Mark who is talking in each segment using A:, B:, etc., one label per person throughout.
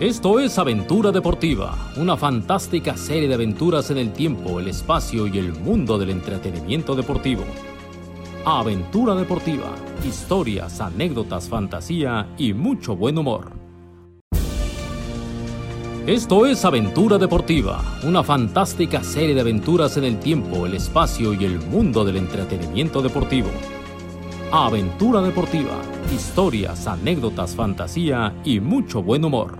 A: Esto es Aventura Deportiva, una fantástica serie de aventuras en el tiempo, el espacio y el mundo del entretenimiento deportivo. Aventura Deportiva, historias, anécdotas, fantasía y mucho buen humor. Esto es Aventura Deportiva, una fantástica serie de aventuras en el tiempo, el espacio y el mundo del entretenimiento deportivo. Aventura Deportiva, historias, anécdotas, fantasía y mucho buen humor.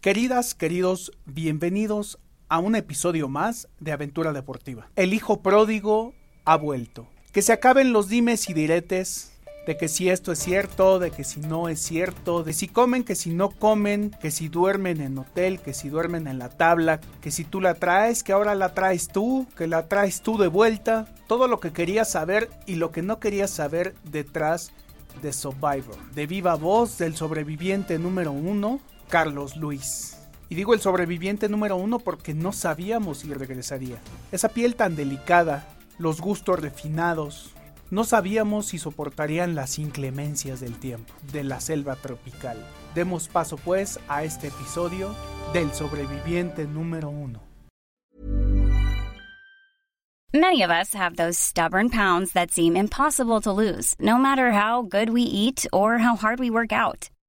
B: Queridas, queridos, bienvenidos a un episodio más de Aventura Deportiva. El hijo pródigo ha vuelto. Que se acaben los dimes y diretes de que si esto es cierto, de que si no es cierto, de si comen, que si no comen, que si duermen en hotel, que si duermen en la tabla, que si tú la traes, que ahora la traes tú, que la traes tú de vuelta. Todo lo que querías saber y lo que no querías saber detrás de Survivor. De viva voz del sobreviviente número uno, Carlos Luis. Y digo el sobreviviente número uno porque no sabíamos si regresaría. Esa piel tan delicada, los gustos refinados. No sabíamos si soportarían las inclemencias del tiempo, de la selva tropical. Demos paso pues a este episodio del sobreviviente número uno.
C: Many of us have those stubborn pounds that seem impossible to lose, no matter how good we eat or how hard we work out.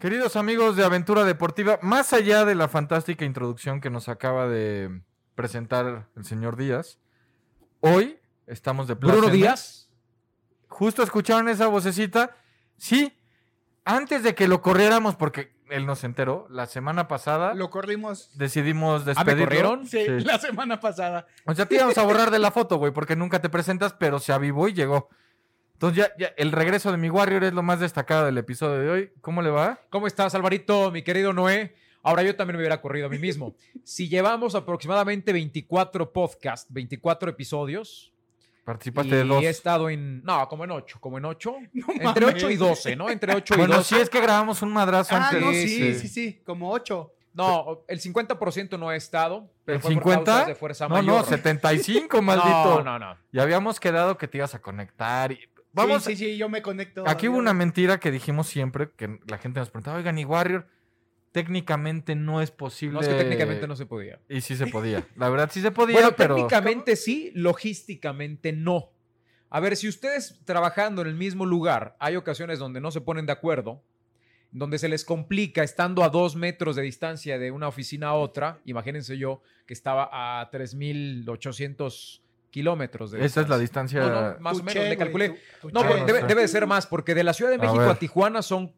D: Queridos amigos de Aventura Deportiva, más allá de la fantástica introducción que nos acaba de presentar el señor Díaz, hoy estamos de
E: Bruno
D: plácemes.
E: Díaz.
D: Justo escucharon esa vocecita. Sí, antes de que lo corriéramos, porque él nos enteró, la semana pasada
B: Lo corrimos
D: decidimos
E: ¿Ah, me
D: despedirlo.
E: corrieron?
B: sí, la semana pasada.
D: O sea, te íbamos a borrar de la foto, güey, porque nunca te presentas, pero se avivó y llegó. Entonces, ya, ya, el regreso de mi Warrior es lo más destacado del episodio de hoy. ¿Cómo le va?
E: ¿Cómo estás, Alvarito, mi querido Noé? Ahora yo también me hubiera corrido a mí mismo. Si llevamos aproximadamente 24 podcasts, 24 episodios,
D: Participaste
E: y
D: de dos.
E: he estado en, no, como en 8, como en 8,
B: mames.
E: entre 8 y 12, ¿no? Entre 8 y
D: Ah, Bueno,
E: 12.
D: si es que grabamos un madrazo
B: Ah,
D: antes.
B: no,
E: sí,
B: sí, sí,
D: sí.
B: sí, como ocho.
E: No, el 50% no he estado, pero
D: ¿El
E: fue por causas
D: 50?
E: de fuerza
D: no,
E: mayor.
D: no, 75, maldito.
E: No, no, no.
D: Y habíamos quedado que te ibas a conectar. y- Vamos,
B: Sí, sí, sí, yo me conecto.
D: aquí
B: Yo-
D: hubo una mentira que dijimos siempre, que la gente nos preguntaba, oigan, y Warrior, técnicamente no es posible.
E: No es que técnicamente no se podía.
D: Y sí se podía. La verdad, sí se podía,
E: Bueno,
D: pero...
E: técnicamente sí, logísticamente no. A ver, si ustedes trabajando en el mismo lugar, hay ocasiones donde no se ponen de acuerdo, donde se les complica estando a dos metros de distancia de una oficina a otra. Imagínense yo que estaba a 3.800 kilómetros de
D: Esa es la
E: distancia.
D: distancia...
E: No, no, más o
B: Tu
E: menos,
B: che, güey,
E: le calculé.
B: tu- tu
E: No,
B: che.
E: pero
D: no
E: debe,
D: sé.
E: debe de ser más, porque de la Ciudad de
D: A
E: México a,
D: ver.
E: Tijuana son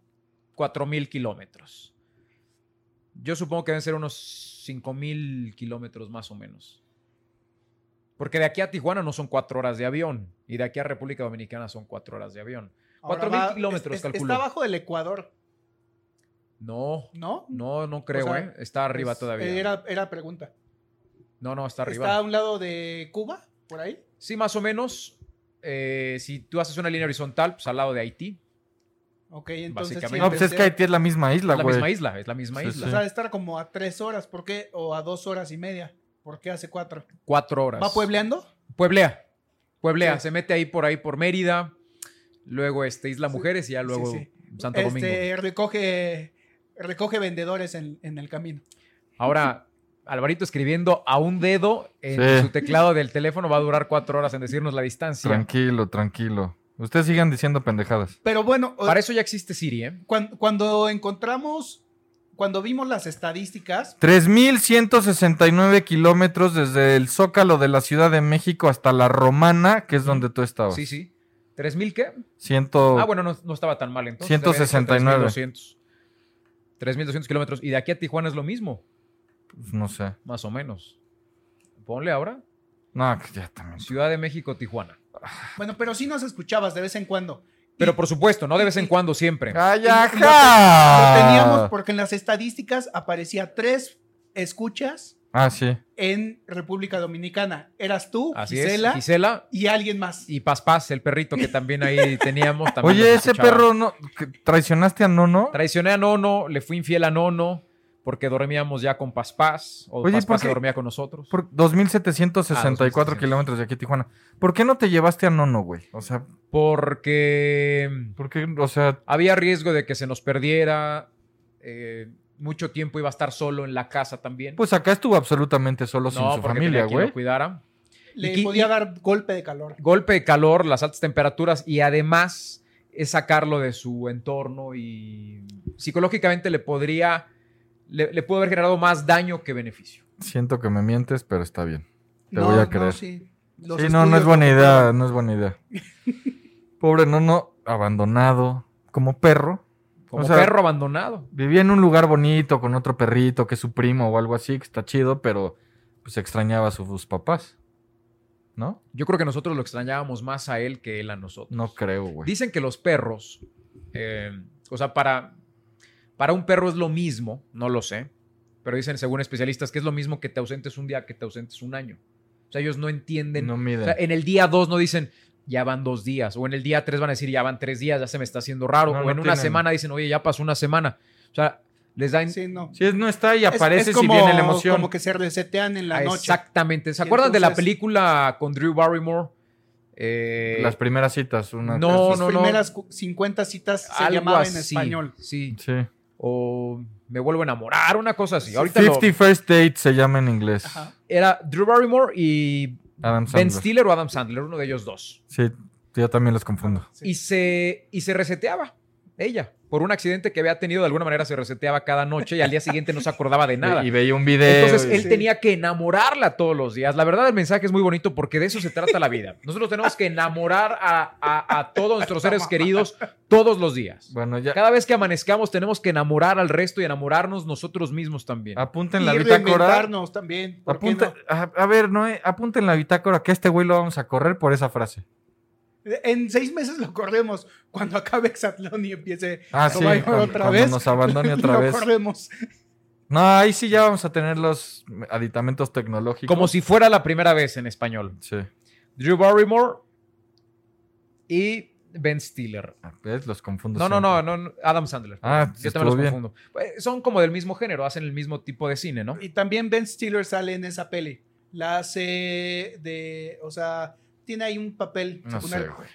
E: 4.000 kilómetros. Yo supongo que deben ser unos 5.000 kilómetros más o menos. Porque de aquí a Tijuana no son cuatro horas de avión. Y de aquí a República Dominicana son cuatro horas de avión.
B: Ahora
E: 4000
B: va-
E: kilómetros,
B: es- es-
E: calculo.
B: Está abajo del Ecuador,
E: No,
B: ¿no?
E: no, no creo,
B: sea,
E: ¿eh? Está arriba
B: Es-
E: todavía.
B: Era, era pregunta.
E: No, no, está arriba.
B: ¿Está a un lado de Cuba? ¿Por ahí?
E: Sí, más o menos. eh, si tú haces una línea horizontal, pues al lado de Haití.
B: Ok, entonces. sí,
E: Básicamente.
D: No, pues es que ¿eh? Haití es la misma isla,
E: Es la
D: güey.
E: misma isla, es la misma
D: Sí,
E: isla.
B: O sea, estar como a tres horas, ¿por qué? O a dos horas y media. ¿Por qué hace cuatro?
E: Cuatro horas.
B: ¿Va puebleando?
E: Pueblea. Pueblea.
B: Sí.
E: Se mete ahí por ahí por Mérida. Luego este, Isla
B: Sí.
E: Mujeres y ya luego
B: Sí,
E: Santo Domingo.
B: Este, recoge, recoge vendedores en, en el camino.
E: Ahora, Alvarito escribiendo a un dedo en
D: Sí.
E: su teclado del teléfono va a durar cuatro horas en decirnos la distancia.
D: Tranquilo, tranquilo. Ustedes sigan diciendo pendejadas.
B: Pero bueno, o-
E: Para eso ya existe Siri, ¿eh?
B: cuan- cuando, encontramos, cuando vimos las estadísticas,
D: 3.169 kilómetros desde el Zócalo de la Ciudad de México hasta la Romana, que es donde tú estabas.
E: Sí, sí. ¿Tres mil qué?
D: Ciento-
E: Ah, bueno, no, no estaba tan mal entonces.
D: 169.
E: 3.200. 3.200 kilómetros. Y de aquí a Tijuana es lo mismo,
D: pues, No sé.
E: más o menos. Ponle ahora
D: No, que ya también.
E: Ciudad de México, Tijuana.
B: bueno, pero sí nos escuchabas de vez en cuando.
E: Pero por supuesto, no de vez en cuando, siempre.
D: ¡Ay,
B: Lo
D: ajá! Ah.
B: teníamos porque en las estadísticas aparecía tres escuchas
D: Ah, sí.
B: en República Dominicana. Eras tú,
E: Así
B: Gisela,
E: es. Gisela
B: y alguien más.
E: y Paz Paz, el perrito que también ahí teníamos. también
D: Oye,
E: nos
D: ese
E: escuchaba.
D: perro no. que- ¿Traicionaste a Nono?
E: Traicioné a Nono, le fui infiel a Nono porque dormíamos ya con Paz Paz. O
D: Oye,
E: Paz
D: ¿por
E: Paz
D: qué?
E: dormía con nosotros.
D: Por 2764
E: Ah, 2700.
D: kilómetros de aquí a Tijuana. ¿Por qué no te llevaste a Nono, güey? O sea,
E: Porque mm,
D: ¿por qué? O sea,
E: había riesgo de que se nos perdiera. eh, mucho tiempo iba a estar solo en la casa también.
D: pues acá estuvo absolutamente solo sin
E: no,
D: su
E: porque
D: familia,
E: tenía quien
D: güey.
E: lo cuidara.
B: Le
E: Y-
B: podía
E: y-
B: dar golpe de calor.
E: Golpe de calor, las altas temperaturas y además es sacarlo de su entorno y psicológicamente le podría, le, le pudo haber generado más daño que beneficio.
D: Siento que me mientes, pero está bien. Te voy a creer. sí,
B: sí. Los
D: no, no es
B: estudios
D: buena
B: no-
D: idea, no es buena idea. Pobre Nono, abandonado, como perro.
E: Como
D: O sea-
E: perro abandonado.
D: Vivía en un lugar bonito con otro perrito que es su primo o algo así, que está chido, pero pues extrañaba a sus papás. ¿No?
E: Yo creo que nosotros lo extrañábamos más a él que él a nosotros.
D: No creo, güey.
E: Dicen que los perros, eh, o sea, para, para un perro es lo mismo, no lo sé, pero dicen según especialistas que es lo mismo que te ausentes un día que te ausentes un año. O sea, ellos no entienden.
D: No
E: o
D: miden.
E: sea, eh, en el día dos no dicen, ya van dos días, o en el día tres van a decir, ya van tres días, ya se me está haciendo raro,
D: No,
E: o
D: no
E: en una
D: tienen.
E: semana dicen, oye, ya pasó una semana. O sea, les da...
B: Sí, no.
D: Si es, no está y
B: Es-
D: aparece
B: es como,
D: si viene la emoción.
B: Como que se resetean en la
E: Ah,
B: noche.
E: Exactamente. ¿Se
B: Y
E: acuerdan de la
B: entonces-
E: película con Drew Barrymore? Eh,
D: Las primeras citas, una.
E: No,
B: Sus
E: no, no.
B: primeras cu- 50 citas se
E: algo
B: llamaba en
E: así,
B: español.
E: Sí.
D: Sí.
E: o me vuelvo a enamorar, una cosa así. Ahorita lo-
D: 50 First Date se llama en inglés.
B: Ajá.
E: era Drew Barrymore y
D: Adam
E: Ben
D: Sandler.
E: Stiller o Adam Sandler, uno de ellos dos.
D: Sí, yo también los confundo.
E: Y, se, y se reseteaba ella. Por un accidente que había tenido, de alguna manera se reseteaba cada noche y al día siguiente no se acordaba de nada.
D: Y, y veía un video.
E: Entonces
D: y-
E: él tenía que enamorarla todos los días. La verdad, el mensaje es muy bonito porque de eso se trata la vida. Nosotros tenemos que enamorar a, a- a todos nuestros seres queridos todos los días.
D: Bueno, ya.
E: Cada vez que amanezcamos, tenemos que enamorar al resto y enamorarnos nosotros mismos también.
D: Apunten
B: Y
D: la bitácora.
B: reinventarnos también. ¿por qué
D: Apunta, a, a ver, no, apunten la bitácora que a este güey lo vamos a correr por esa frase.
B: no? En seis meses lo corremos. Cuando acabe Exatlón y empiece
D: Ah,
B: Lo
D: sí,
B: va a llevar
D: cuando-
B: otra
D: cuando
B: vez.
D: nos abandone otra
B: lo
D: vez.
B: corremos.
D: No, ahí sí ya vamos a tener los aditamentos tecnológicos.
E: Como si fuera la primera vez en español.
D: Sí.
E: Drew Barrymore y Ben Stiller.
D: Ah, ¿Ves? Los confundo.
E: No, no, no,
D: siempre.
E: no, no, Adam Sandler.
D: Ah,
E: Yo
D: estuvo
E: también los
D: bien.
E: confundo. Eh, Son como del mismo género, hacen el mismo tipo de cine, ¿no?
B: Y también Ben Stiller sale en esa peli. La hace de. O sea, tiene ahí un papel
D: No sé,
B: secundario.
D: güey.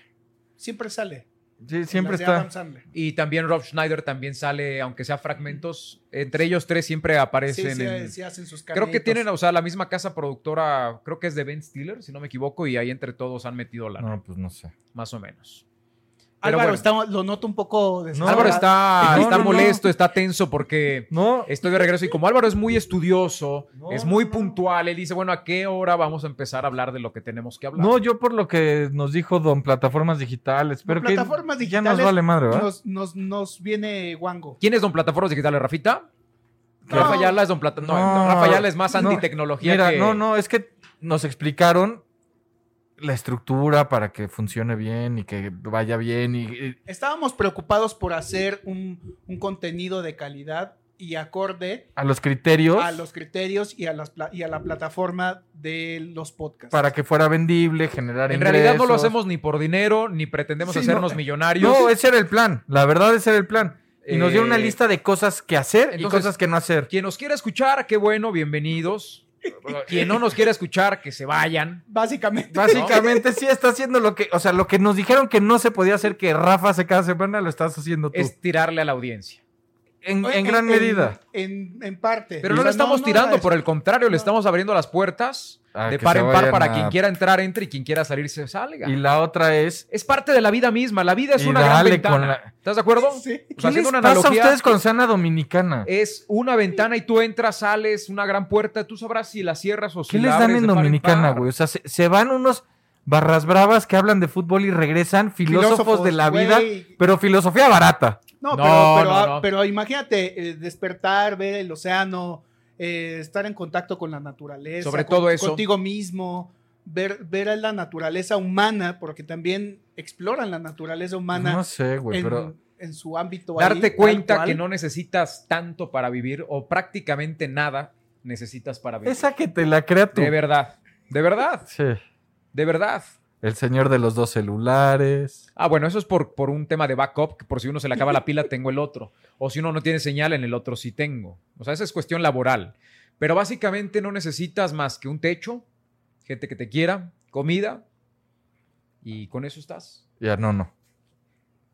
B: Siempre sale.
D: Sí, siempre
B: Las de
D: está.
B: Adam Sandler.
E: Y también Rob Schneider también sale, aunque sea fragmentos. Entre ellos tres siempre
B: Sí,
E: aparecen.
B: sí,
E: en-
B: sí hacen sus
E: creo que
B: cameitos.
E: tienen, o sea, la misma casa productora, creo que es de Ben Stiller, si no me equivoco, y ahí entre todos han metido la,
D: No, pues no sé.
E: más o menos. Pero
B: Álvaro
E: bueno.
B: está- lo noto un poco
D: No,
E: Álvaro está,
D: no,
E: está
D: no, no.
E: molesto, está tenso porque
D: No, eh,
E: Estoy de regreso y como Álvaro es muy estudioso,
D: No,
E: es muy
D: no, no.
E: puntual, él dice, bueno, ¿a qué hora vamos a empezar a hablar de lo que tenemos que hablar?
D: no, yo por lo que nos dijo Don Plataformas Digitales. Pero que
B: plataformas
D: Ya
B: digitales
D: nos vale madre, ¿verdad?
B: Nos, nos, nos viene guango.
E: ¿Quién es Don Plataformas Digitales, Rafita?
B: No.
E: Rafa Yala es Don Plataformas.
D: No.
E: Rafa Yala es más
D: No.
E: antitecnología
D: Mira,
E: que-
D: no, no, es que nos explicaron la estructura para que funcione bien y que vaya bien. Y, y-
B: Estábamos preocupados por hacer un, un contenido de calidad y acorde
D: a los criterios
B: a los criterios y a, las, pla- y a la plataforma de los podcasts.
D: para que fuera vendible, generar
E: En realidad no lo
D: ingresos.
E: hacemos ni por dinero, ni pretendemos
D: Sí,
E: hacernos
D: no.
E: millonarios.
D: No, ese era el plan. La verdad, ese era el plan. Y nos dieron una
E: Eh,
D: lista de cosas que hacer y
E: entonces-
D: cosas que no hacer.
E: Quien nos quiera escuchar, qué bueno, bienvenidos. Quien no nos quiera escuchar, que se vayan.
B: Básicamente.
D: Básicamente sí está haciendo lo que, o sea, lo que nos dijeron que no se podía hacer que Rafa se cada semana lo estás haciendo tú.
E: Es tirarle a la audiencia.
D: en, en gran medida.
B: En, en
D: Eh,
B: parte.
E: Pero
B: O
E: no
B: sea,
E: le estamos
B: no,
E: tirando,
B: es-
E: por el contrario, le
B: no.
E: estamos abriendo las puertas
D: Ah,
E: de
D: que
E: par
D: se
E: en par
D: vayan
E: para
D: a-
E: quien quiera entrar, entre y quien quiera salir, se salga.
D: Y la otra es
E: Es parte de la vida misma. La vida es
D: Y
E: una gran
D: dale
E: ventana.
D: con la-
E: ¿Estás de acuerdo?
B: Sí.
E: O sea,
D: ¿Qué les
E: haciendo una
D: pasa a
E: analogía, Eh,
D: ustedes con sana dominicana?
E: es una ventana y tú entras, sales, una gran puerta. Tú sabrás si la cierras o si
D: ¿Qué les
E: la
D: dan
E: abres
D: en
E: de par
D: dominicana,
E: par.
D: güey? O sea, se, se van unos barras bravas que hablan de fútbol y regresan filósofos, de la
B: güey.
D: vida, pero filosofía barata.
B: No,
E: No,
B: pero, pero,
E: no,
B: ah,
E: no.
B: pero imagínate eh, despertar, ver el océano, eh, estar en contacto con la naturaleza.
E: Sobre
B: con-
E: todo eso.
B: Contigo mismo, ver, ver a la naturaleza humana, porque también exploran la naturaleza humana
D: No sé, güey,
B: en,
D: pero
B: en su ámbito. ahí,
E: Darte
B: tal
E: cuenta
B: cual.
E: que no necesitas tanto para vivir o prácticamente nada necesitas para vivir.
D: Esa que te la crea tú.
E: De verdad. De verdad.
D: Sí.
E: De verdad.
D: El señor de los dos celulares.
E: Ah, bueno, eso es por, por un tema de backup, que por si uno se le acaba la pila, tengo el otro. O si uno no tiene señal, en el otro sí tengo. O sea, esa es cuestión laboral. Pero básicamente no necesitas más que un techo, gente que te quiera, comida, y con eso estás.
D: Ya, no, no.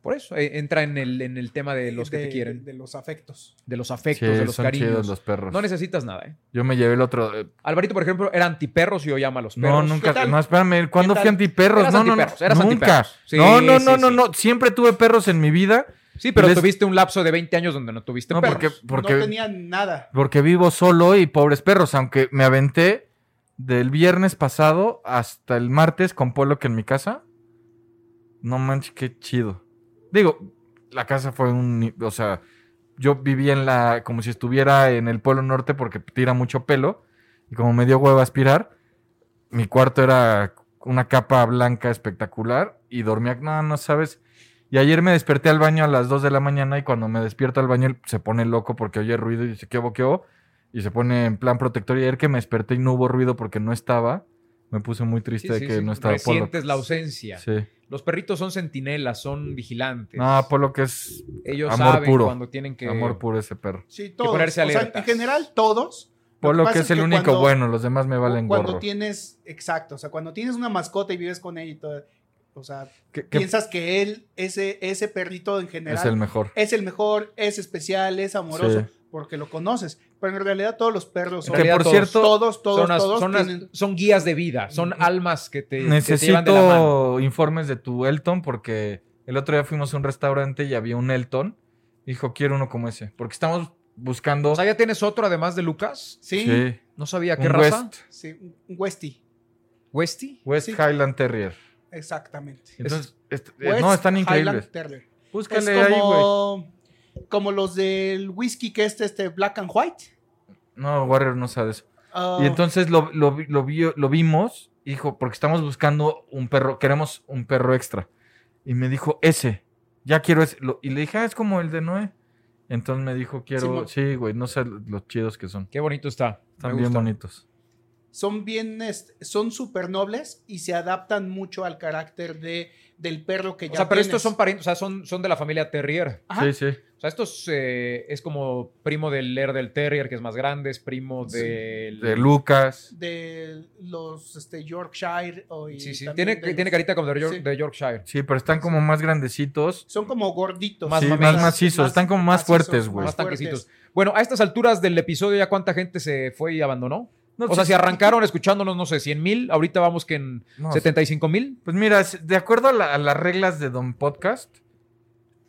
E: Por eso eh, entra en el, en el tema de los que
B: De-
E: te quieren,
B: De, de los afectos.
E: de los
D: Sí,
E: afectos, de los
D: son
E: cariños.
D: chidos los perros.
E: No necesitas nada, ¿eh?
D: Yo me llevé el otro. eh,
E: Alvarito, por ejemplo, era antiperros y hoy ama a los
D: no,
E: perros.
B: ¿Qué
D: nunca.
B: tal?
D: No, espérame. ¿Cuándo
E: ¿Qué
D: fui
E: tal?
D: antiperros?
E: Eras
D: no, no, no.
E: antiperros, eras
D: nunca.
E: antiperros. Sí,
D: no, no,
E: sí,
D: no, no,
E: sí.
D: no. Siempre tuve perros en mi vida.
E: Sí, pero
D: Les-
E: tuviste un lapso de 20 años donde no tuviste
D: No,
E: perros.
D: porque, porque,
B: No tenían nada.
D: porque vivo solo y pobres perros. Aunque me aventé del viernes pasado hasta el martes con Polo que en mi casa. No manches, qué chido. Digo, la casa fue un. O sea, yo vivía en la. como si estuviera en el Polo Norte porque tira mucho pelo. Y como me dio hueva aspirar, mi cuarto era una capa blanca espectacular. Y dormía. No, no sabes. Y ayer me desperté al baño a las 2 de la mañana. Y cuando me despierto al baño, él se pone loco porque oye ruido y dice, ¿qué hubo, qué hubo?", Y se pone en plan protector. Y ayer que me desperté y no hubo ruido porque no estaba. Me puse muy triste
E: Sí,
D: de
E: sí,
D: que
E: sí.
D: no estaba Polo.
E: Resientes la ausencia.
D: Sí.
E: Los perritos son centinelas, son vigilantes.
D: No, Polo que es
E: Ellos
D: Ah, amor
E: saben
D: puro.
E: cuando tienen que...
D: amor puro ese perro.
B: Sí, todos.
E: ponerse
B: O sea,
E: alertas.
B: en general, todos. Lo
D: Polo
B: pasa
D: que es el
B: que
D: único
B: cuando-
D: bueno, los demás me valen
B: cuando
D: gorro.
B: tienes, exacto, o sea, cuando tienes una mascota y vives con ella y todo, o sea,
D: ¿Qué- qué
B: piensas que él, ese, ese perrito en general,
D: es el mejor.
B: mejor, es especial, es amoroso,
D: Sí.
B: porque lo conoces, pero en realidad todos los perros
E: En
B: son,
D: Que
E: realidad
D: por
E: todos-
D: cierto,
B: todos, todos,
E: son, as-
B: todos
E: son as-
B: tienen-
E: son guías de vida, son almas que te, que te llevan de la mano.
D: necesito informes de tu Elton porque el otro día fuimos a un restaurante y había un Elton. Dijo, quiero uno como ese. Porque estamos buscando...
E: O sea, ya tienes otro además de Lucas.
B: sí, sí,
D: Sí,
E: No sabía qué
D: un
E: raza.
D: West,
B: un un Westie,
E: Westy.
D: West
B: Sí.
D: Highland Terrier.
B: exactamente.
D: Entonces, est- eh,
B: West
D: no, están
B: Highland
D: increíbles.
B: Terrier. Es
D: Búscale ahí, güey.
B: como, como los del whisky que este, este Black and White.
D: No, Warrior no sabe eso.
B: Ah,
D: Y entonces lo, lo, vi- lo, vi- lo vimos, dijo, porque estamos buscando un perro, queremos un perro extra. Y me dijo, ese, ya quiero ese. Lo- y le dije, ah, es como el de Noé. Entonces me dijo, quiero,
B: Simón.
D: sí, güey, no sé los chidos que son.
E: Qué bonito está. Me
D: Están bien
E: gusta.
D: bonitos.
B: son bien, este, son súper nobles y se adaptan mucho al carácter de, del perro que ya
E: O sea, pero estos
B: tienes.
E: son parientes, o sea, son, son de la familia Terrier.
B: Ajá.
D: Sí, sí.
E: O sea, estos eh, es como primo del Lair del Terrier, que es más grande, es primo
D: Sí.
E: del...
D: De Lucas.
B: de los este, Yorkshire. o- y
E: Sí, sí.
B: también
E: Tiene,
B: de los-
E: tiene carita como de, York-
B: Sí.
E: de Yorkshire.
D: Sí, pero están como más grandecitos.
B: Son como gorditos.
E: Más
D: sí,
E: mameyes.
D: más macizos. están como más
B: macizos,
D: fuertes, güey.
E: Más tanquecitos.
B: fuertes.
E: Bueno, a estas alturas del episodio, ¿ya cuánta gente se fue y abandonó?
D: No,
E: o sea,
D: sí,
E: si arrancaron escuchándonos, no sé, 100 mil, ahorita vamos que en
D: no,
E: 75 mil.
D: Pues mira, s- de acuerdo a, la- a las reglas de Don Podcast,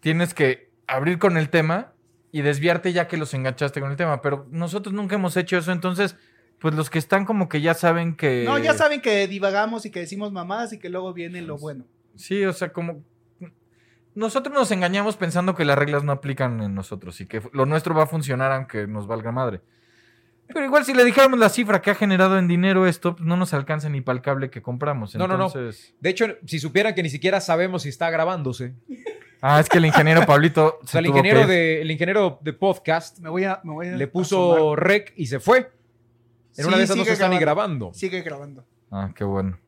D: tienes que abrir con el tema y desviarte ya que los enganchaste con el tema. Pero nosotros nunca hemos hecho eso, entonces, pues los que están como que ya saben que.
B: No, ya saben que divagamos y que decimos mamadas y que luego viene lo bueno.
D: Sí, o sea, como. Nosotros nos engañamos pensando que las reglas no aplican en nosotros y que f- lo nuestro va a funcionar aunque nos valga madre. Pero igual si le dijéramos la cifra que ha generado en dinero esto, pues no nos alcanza ni para el cable que compramos.
E: No, no, no.
D: entonces...
E: De hecho, si supieran que ni siquiera sabemos si está grabándose.
D: Ah, es que el ingeniero Pablito
E: O
D: se
E: sea, el
D: tuvo que
E: ingeniero,
D: ir.
E: de, el ingeniero de podcast
B: Me voy a. Me voy a
E: le
B: Eh, asomar.
E: puso rec y se fue. En una
B: Sí,
E: de esas no
B: sigue
E: se está ni grabando.
B: Sigue grabando.
D: Ah, qué bueno.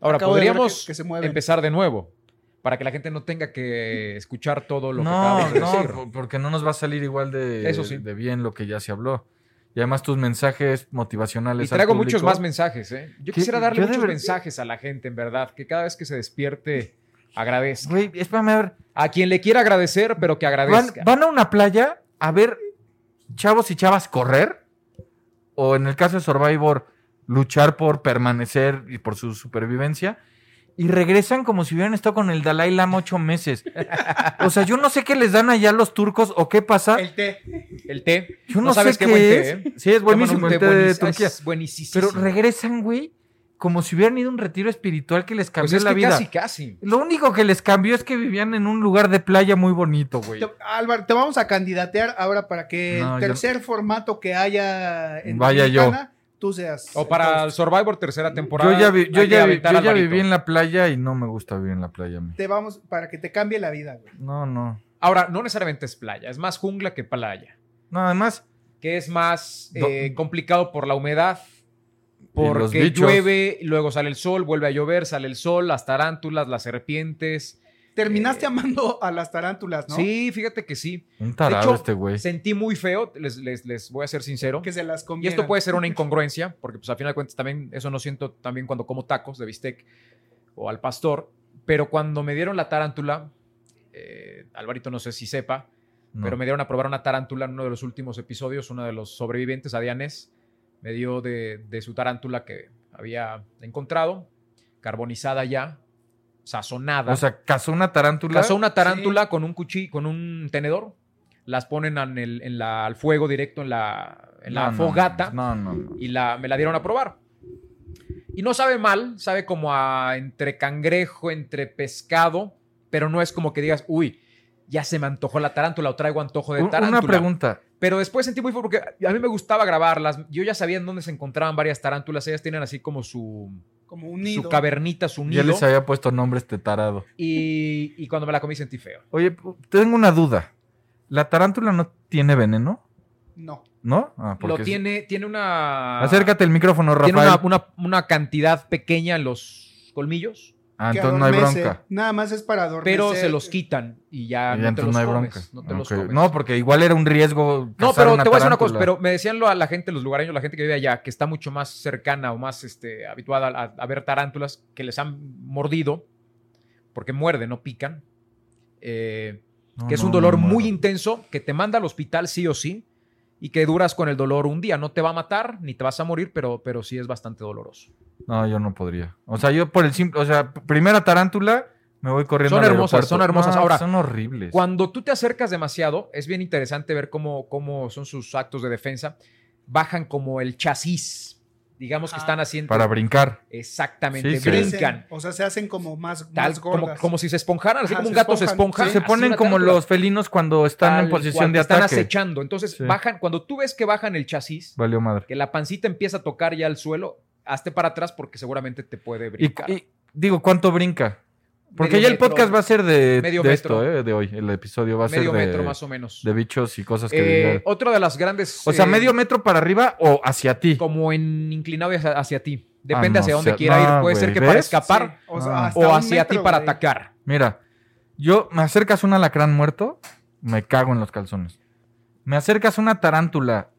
E: Ahora,
B: Acabo de ver
E: podríamos
B: que- que se mueven.
E: empezar de nuevo para que la gente no tenga que escuchar todo lo que
D: No,
E: acabamos de
D: no,
E: decir.
D: por- porque no nos va a salir igual de,
E: Eso sí.
D: de bien lo que ya se habló. Y además tus mensajes motivacionales.
E: Y traigo
D: al público.
E: muchos más mensajes, ¿eh? Yo
D: ¿Qué?
E: quisiera darle
D: Yo de
E: muchos
D: verdad-
E: mensajes a la gente, en verdad, que cada vez que se despierte agradezca.
D: Güey, espérame a ver.
E: A quien le quiera agradecer, pero que
D: ¿Van,
E: agradezca.
D: van a una playa a ver chavos y chavas correr? O en el caso de Survivor, luchar por permanecer y por su supervivencia. Y regresan como si hubieran estado con el Dalai Lama ocho meses. O sea, yo no sé qué les dan allá los turcos o qué pasa.
B: El té.
E: El té.
D: Yo no,
E: no sabes
D: sé
E: qué buen té,
D: es.
E: ¿eh?
D: Sí, es buenísimo
E: Toman un
D: el té
E: té
D: de
E: buenis-
D: Turquía.
E: Es buenísimo.
D: Pero regresan, güey, como si hubieran ido a un retiro espiritual que les cambió
E: Pues es
D: la
E: que
D: vida.
E: casi, casi.
D: Lo único que les cambió es que vivían en un lugar de playa muy bonito, güey.
B: Te- Álvaro, te vamos a candidatear ahora para
E: eh,
B: que
D: No,
B: el
D: yo-
B: tercer formato que haya en
D: Vaya yo.
B: Dominicana, tú seas.
E: O para el
B: entonces,
E: Survivor tercera temporada.
D: Yo ya, vi- yo
E: hay que
D: ya vi-
E: aventar
D: yo
E: al
D: ya
E: varito.
D: viví en la playa y no me gusta vivir en la playa. a mí.
B: te vamos para que te cambie la vida, güey.
D: No, no.
E: Ahora, no necesariamente es playa, es más jungla que playa.
D: No, además,
E: que es más
D: Do-
E: eh, complicado por la humedad.
D: los
E: Porque
D: bichos.
E: llueve, luego sale el sol, vuelve a llover, sale el sol, las tarántulas, las serpientes.
B: Terminaste amando a las tarántulas, ¿no?
E: eh, Sí, fíjate que sí.
D: Un tarado
E: hecho,
D: este güey.
E: Sentí muy feo, les, les- les voy a ser sincero.
B: Que se las
E: Y
B: comieron.
E: esto puede ser una incongruencia, porque pues a final de cuentas también eso no siento también cuando como tacos de bistec o al pastor, pero cuando me dieron la tarántula, eh, Alvarito no sé si sepa,
D: No.
E: pero me dieron a probar una tarántula en uno de los últimos episodios, uno de los sobrevivientes, Adianes, me dio de, de su tarántula que había encontrado, carbonizada ya, sazonada.
D: O sea, cazó una tarántula.
E: Cazó una tarántula con un cuchillo, con un tenedor, las ponen en el, en la- al fuego directo en la, en la
D: No, no,
E: fogata
D: No, no, no.
E: y la, me la dieron a probar. Y no sabe mal, sabe como a entre cangrejo, entre pescado, pero no es como que digas, uy, ya se me antojó la tarántula o traigo antojo de
D: Un-
E: tarántula.
D: Una pregunta.
E: Pero después sentí muy fuerte porque a mí me gustaba grabarlas. Yo ya sabía en dónde se encontraban varias tarántulas. Ellas tienen así como su,
B: Como un nido.
E: su cavernita, su
D: Ya
E: nido.
D: les había puesto nombre a este tarado.
E: Y, y cuando me la comí sentí feo.
D: Oye, pu- tengo una duda. ¿La tarántula no tiene veneno?
B: No.
D: ¿No? Ah,
E: Lo
D: porque sí.
E: tiene, tiene una...
D: Acércate el micrófono, Rafael.
E: Tiene una, una- una cantidad pequeña en los colmillos.
D: Ah,
B: Que
D: entonces no hay
B: adormece.
D: bronca.
B: Nada más es para adormecer.
E: pero se los quitan y ya,
D: Y
E: eh, no, te
D: entonces
E: los
D: no hay
E: comes,
D: bronca.
E: no te los
D: Ok.
E: comes.
D: No, porque igual era un riesgo.
E: No,
D: cazar
E: pero te voy a decir una cosa,
D: tarántula.
E: pero me decían lo- a la gente, los lugareños, la gente que vive allá, que está mucho más cercana o más este, habituada a, a ver tarántulas que les han mordido, porque muerden, no pican, eh,
D: No,
E: que es
D: no,
E: un dolor
D: no muero.
E: muy intenso, que te manda al hospital sí o sí, y que duras con el dolor un día. No te va a matar, ni te vas a morir, pero, pero sí es bastante doloroso.
D: No, yo no podría. O sea, yo por el simple. O sea, p- primera tarántula, me voy corriendo.
E: Son
D: al
E: hermosas,
D: aeropuerto.
E: son hermosas.
D: No,
E: Ahora,
D: Son horribles.
E: Cuando tú te acercas demasiado, es bien interesante ver cómo, cómo son sus actos de defensa. Bajan como el chasis. Digamos que
B: Ajá.
E: están haciendo.
D: Para brincar.
E: Exactamente,
D: Sí, sí.
B: Ah. Crecen,
E: brincan.
B: O sea, se hacen como más,
E: Tal,
B: más
E: como,
B: gordas.
E: como si se esponjaran, así
B: Ajá,
E: como un
B: se
E: gato se
B: esponjan,
E: esponja.
B: sí.
D: Se
E: así
D: ponen
E: una
D: como
E: tarántula.
D: los felinos cuando están
E: Tal
D: en posición
E: cual,
D: de
E: te están
D: ataque.
E: acechando. Entonces,
D: Sí.
E: bajan, cuando tú ves que bajan el chasis,
D: Valió madre.
E: que la pancita empieza a tocar ya el suelo, hazte para atrás porque seguramente te puede
D: Y,
E: brincar.
D: y- digo, ¿cuánto brinca? Porque
E: Medio
D: ya el
E: metro,
D: podcast va a ser de,
E: Medio
D: de
E: metro.
D: esto, eh, de hoy. El episodio va a
E: medio
D: ser de,
E: metro más o menos.
D: de bichos y cosas que
E: Eh,
D: digan.
E: otra de las grandes.
D: O sea,
E: eh,
D: medio metro para arriba o hacia ti.
E: como en inclinado hacia, hacia ti.
D: Ah,
E: Depende
D: no,
E: hacia dónde
D: o sea,
E: quiera
D: no,
E: ir. Puede ser
D: güey,
E: que para
D: ¿ves?
E: escapar
B: Sí, o sea,
D: Ah.
B: hasta
E: o
B: un
E: hacia ti
B: metro,
E: para
B: güey.
E: atacar.
D: Mira, yo me acercas un alacrán muerto, me cago en los calzones. Me acercas una tarántula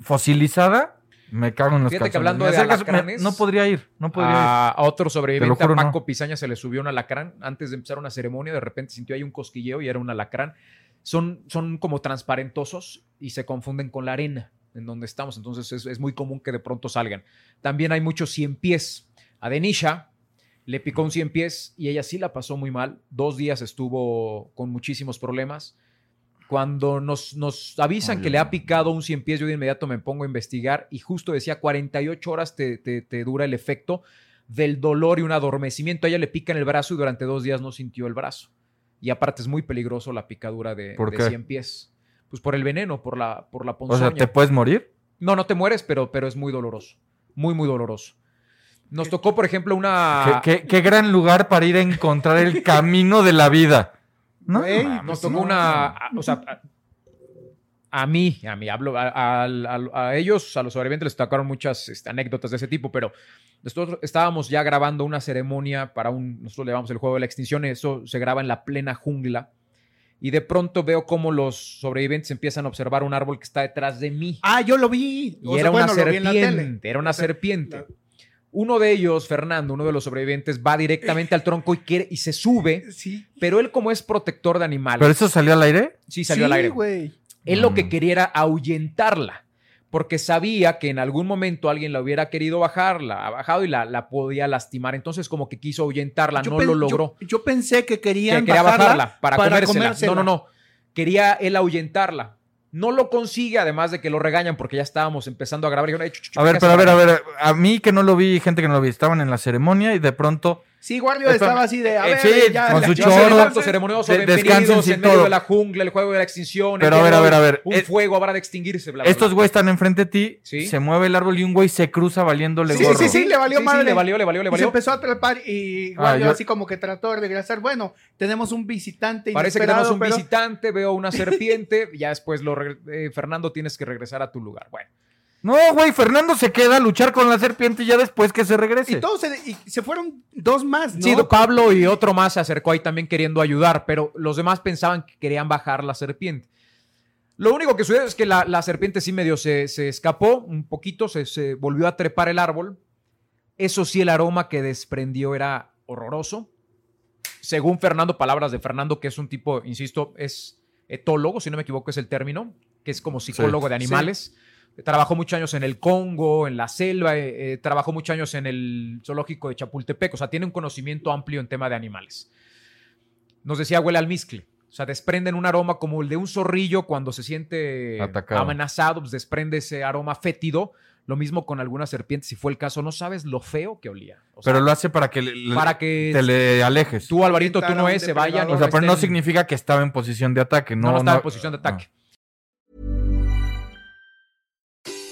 D: fosilizada, me cago en los
E: Fíjate que
D: calzones.
E: hablando
D: Me
E: de
D: acercas- me-
E: alacranes, ah,
D: no podría ir, no podría ir.
E: A, a otro sobreviviente,
D: Te lo juro,
E: a Paco
D: no.
E: Pizaña, se le subió un alacrán. Antes de empezar una ceremonia, de repente sintió ahí un cosquilleo y era un alacrán. Son, son como transparentosos y se confunden con la arena en donde estamos. Entonces es, es muy común que de pronto salgan. También hay muchos cien pies. A Denisha le picó un cien pies y ella sí la pasó muy mal. Dos días estuvo con muchísimos problemas. Cuando nos, nos avisan
D: Ay,
E: que le ha
D: no.
E: picado un cien pies, yo de inmediato me pongo a investigar y justo decía 48 horas te, te- te dura el efecto del dolor y un adormecimiento. A ella le pica en el brazo y durante dos días no sintió el brazo. Y aparte es muy peligroso la picadura de,
D: ¿Por
E: de
D: qué?
E: 100 pies. Pues por el veneno, por la, por la
D: O
E: ponzoña.
D: sea, ¿te puedes morir?
E: No, no te mueres, pero, pero es muy doloroso. Muy, muy doloroso. Nos tocó, por ejemplo, una...
D: ¿Qué, qué- qué gran lugar para ir a encontrar el camino de la vida. Ah, No,
B: Güey,
D: mames,
E: Nos tocó
D: no.
E: Ah, una... a- o sea, a, a mí, a mí, hablo, a, a- a- a ellos, a los sobrevivientes les tocaron muchas este, anécdotas de ese tipo, pero nosotros estábamos ya grabando una ceremonia para un... Nosotros le llamamos el juego de la extinción, eso se graba en la plena jungla. Y de pronto veo cómo los sobrevivientes empiezan a observar un árbol que está detrás de mí.
B: Ah, yo lo vi.
E: Y
B: O sea,
E: era una
B: bueno, lo vi en la tele.
E: serpiente, era una
B: O sea,
E: serpiente.
B: la-
E: Uno de ellos, Fernando, uno de los sobrevivientes, va directamente al tronco y, quiere, y se sube,
B: Sí.
E: pero él como es protector de animales,
D: ¿Pero eso salió al aire?
E: sí salió
B: Sí,
E: al aire.
B: güey.
E: Él lo que
D: Mm.
E: quería era ahuyentarla, porque sabía que en algún momento alguien la hubiera querido bajar, la ha bajado y la, la podía lastimar. Entonces como que quiso ahuyentarla,
B: Yo
E: no
B: pen-
E: lo
B: yo-
E: logró.
B: Yo, pensé que querían
E: Que quería bajarla, para,
B: para
E: comérsela.
B: comérsela.
E: No, no, no. Quería él ahuyentarla. No lo consigue, además de que lo regañan porque ya estábamos empezando a grabar. Y dijeron, "Ey, chu, chu, chu,
D: A ver,
E: casi
D: pero a ver,
E: para
D: a ver, a mí que no lo vi, gente que no lo vi, estaban en la ceremonia y de pronto
B: Sí, Guardio estaba así de. A
E: Eh,
B: ver,
E: sí,
B: ya,
D: con
B: ya,
D: su
B: ya,
E: Yo seré
D: chorro.
B: ya,
E: tanto ceremonioso,
D: De- descansen
E: bienvenidos
D: sin
E: en medio
D: todo.
E: de la jungla, el juego de la extinción.
D: Pero
E: el
D: a ver,
E: día
D: a
E: de
D: ver,
E: hoy,
D: a ver.
E: Un
D: Eh,
E: fuego habrá de extinguirse, bla, bla,
D: Estos
E: bla.
D: güeyes están enfrente de ti,
E: Sí.
D: se mueve el árbol y un güey se cruza valiéndole
B: Sí,
D: gorro.
B: sí, sí, le valió
E: Sí, sí,
B: madre.
E: le valió, le valió, le
B: Y se
E: valió.
B: empezó a atrapar y Guardio
D: Ah, yo-
B: así como que trató de regresar. Bueno, tenemos un visitante
E: Parece que
B: inesperado,
E: tenemos un
B: pero-
E: visitante, veo una serpiente, ya después lo regre- eh, Fernando tienes que regresar a tu lugar. Bueno,
D: No, güey, Fernando se queda a luchar con la serpiente ya después que se regrese.
B: Y todos se, y se fueron dos más, ¿no?
E: sí, Pablo y otro más se acercó ahí también queriendo ayudar, pero los demás pensaban que querían bajar la serpiente. Lo único que sucedió es que la, la serpiente sí medio se, se escapó un poquito, se, se volvió a trepar el árbol. Eso sí, el aroma que desprendió era horroroso. Según Fernando, palabras de Fernando, que es un tipo, insisto, es etólogo, si no me equivoco es el término, que es como psicólogo de animales. Trabajó muchos años en el Congo, en la selva, eh, eh, trabajó muchos años en el zoológico de Chapultepec, o sea, tiene un conocimiento amplio en tema de animales. Nos decía, huele al miscle. O sea, desprenden un aroma como el de un zorrillo cuando se siente
D: Atacado.
E: amenazado, pues desprende ese aroma fétido. Lo mismo con algunas serpientes, si fue el caso, no sabes lo feo que olía. O sea,
D: Pero lo hace para que, le-
E: para que
D: te le alejes.
E: tú, Alvarito, tú
B: Orientar a
E: no
B: un
E: es, se vayan.
B: depredador.
D: o sea, pero no
E: estén-
D: significa que estaba en posición de ataque.
E: No,
D: No,
E: no estaba
D: no-
E: en posición de ataque.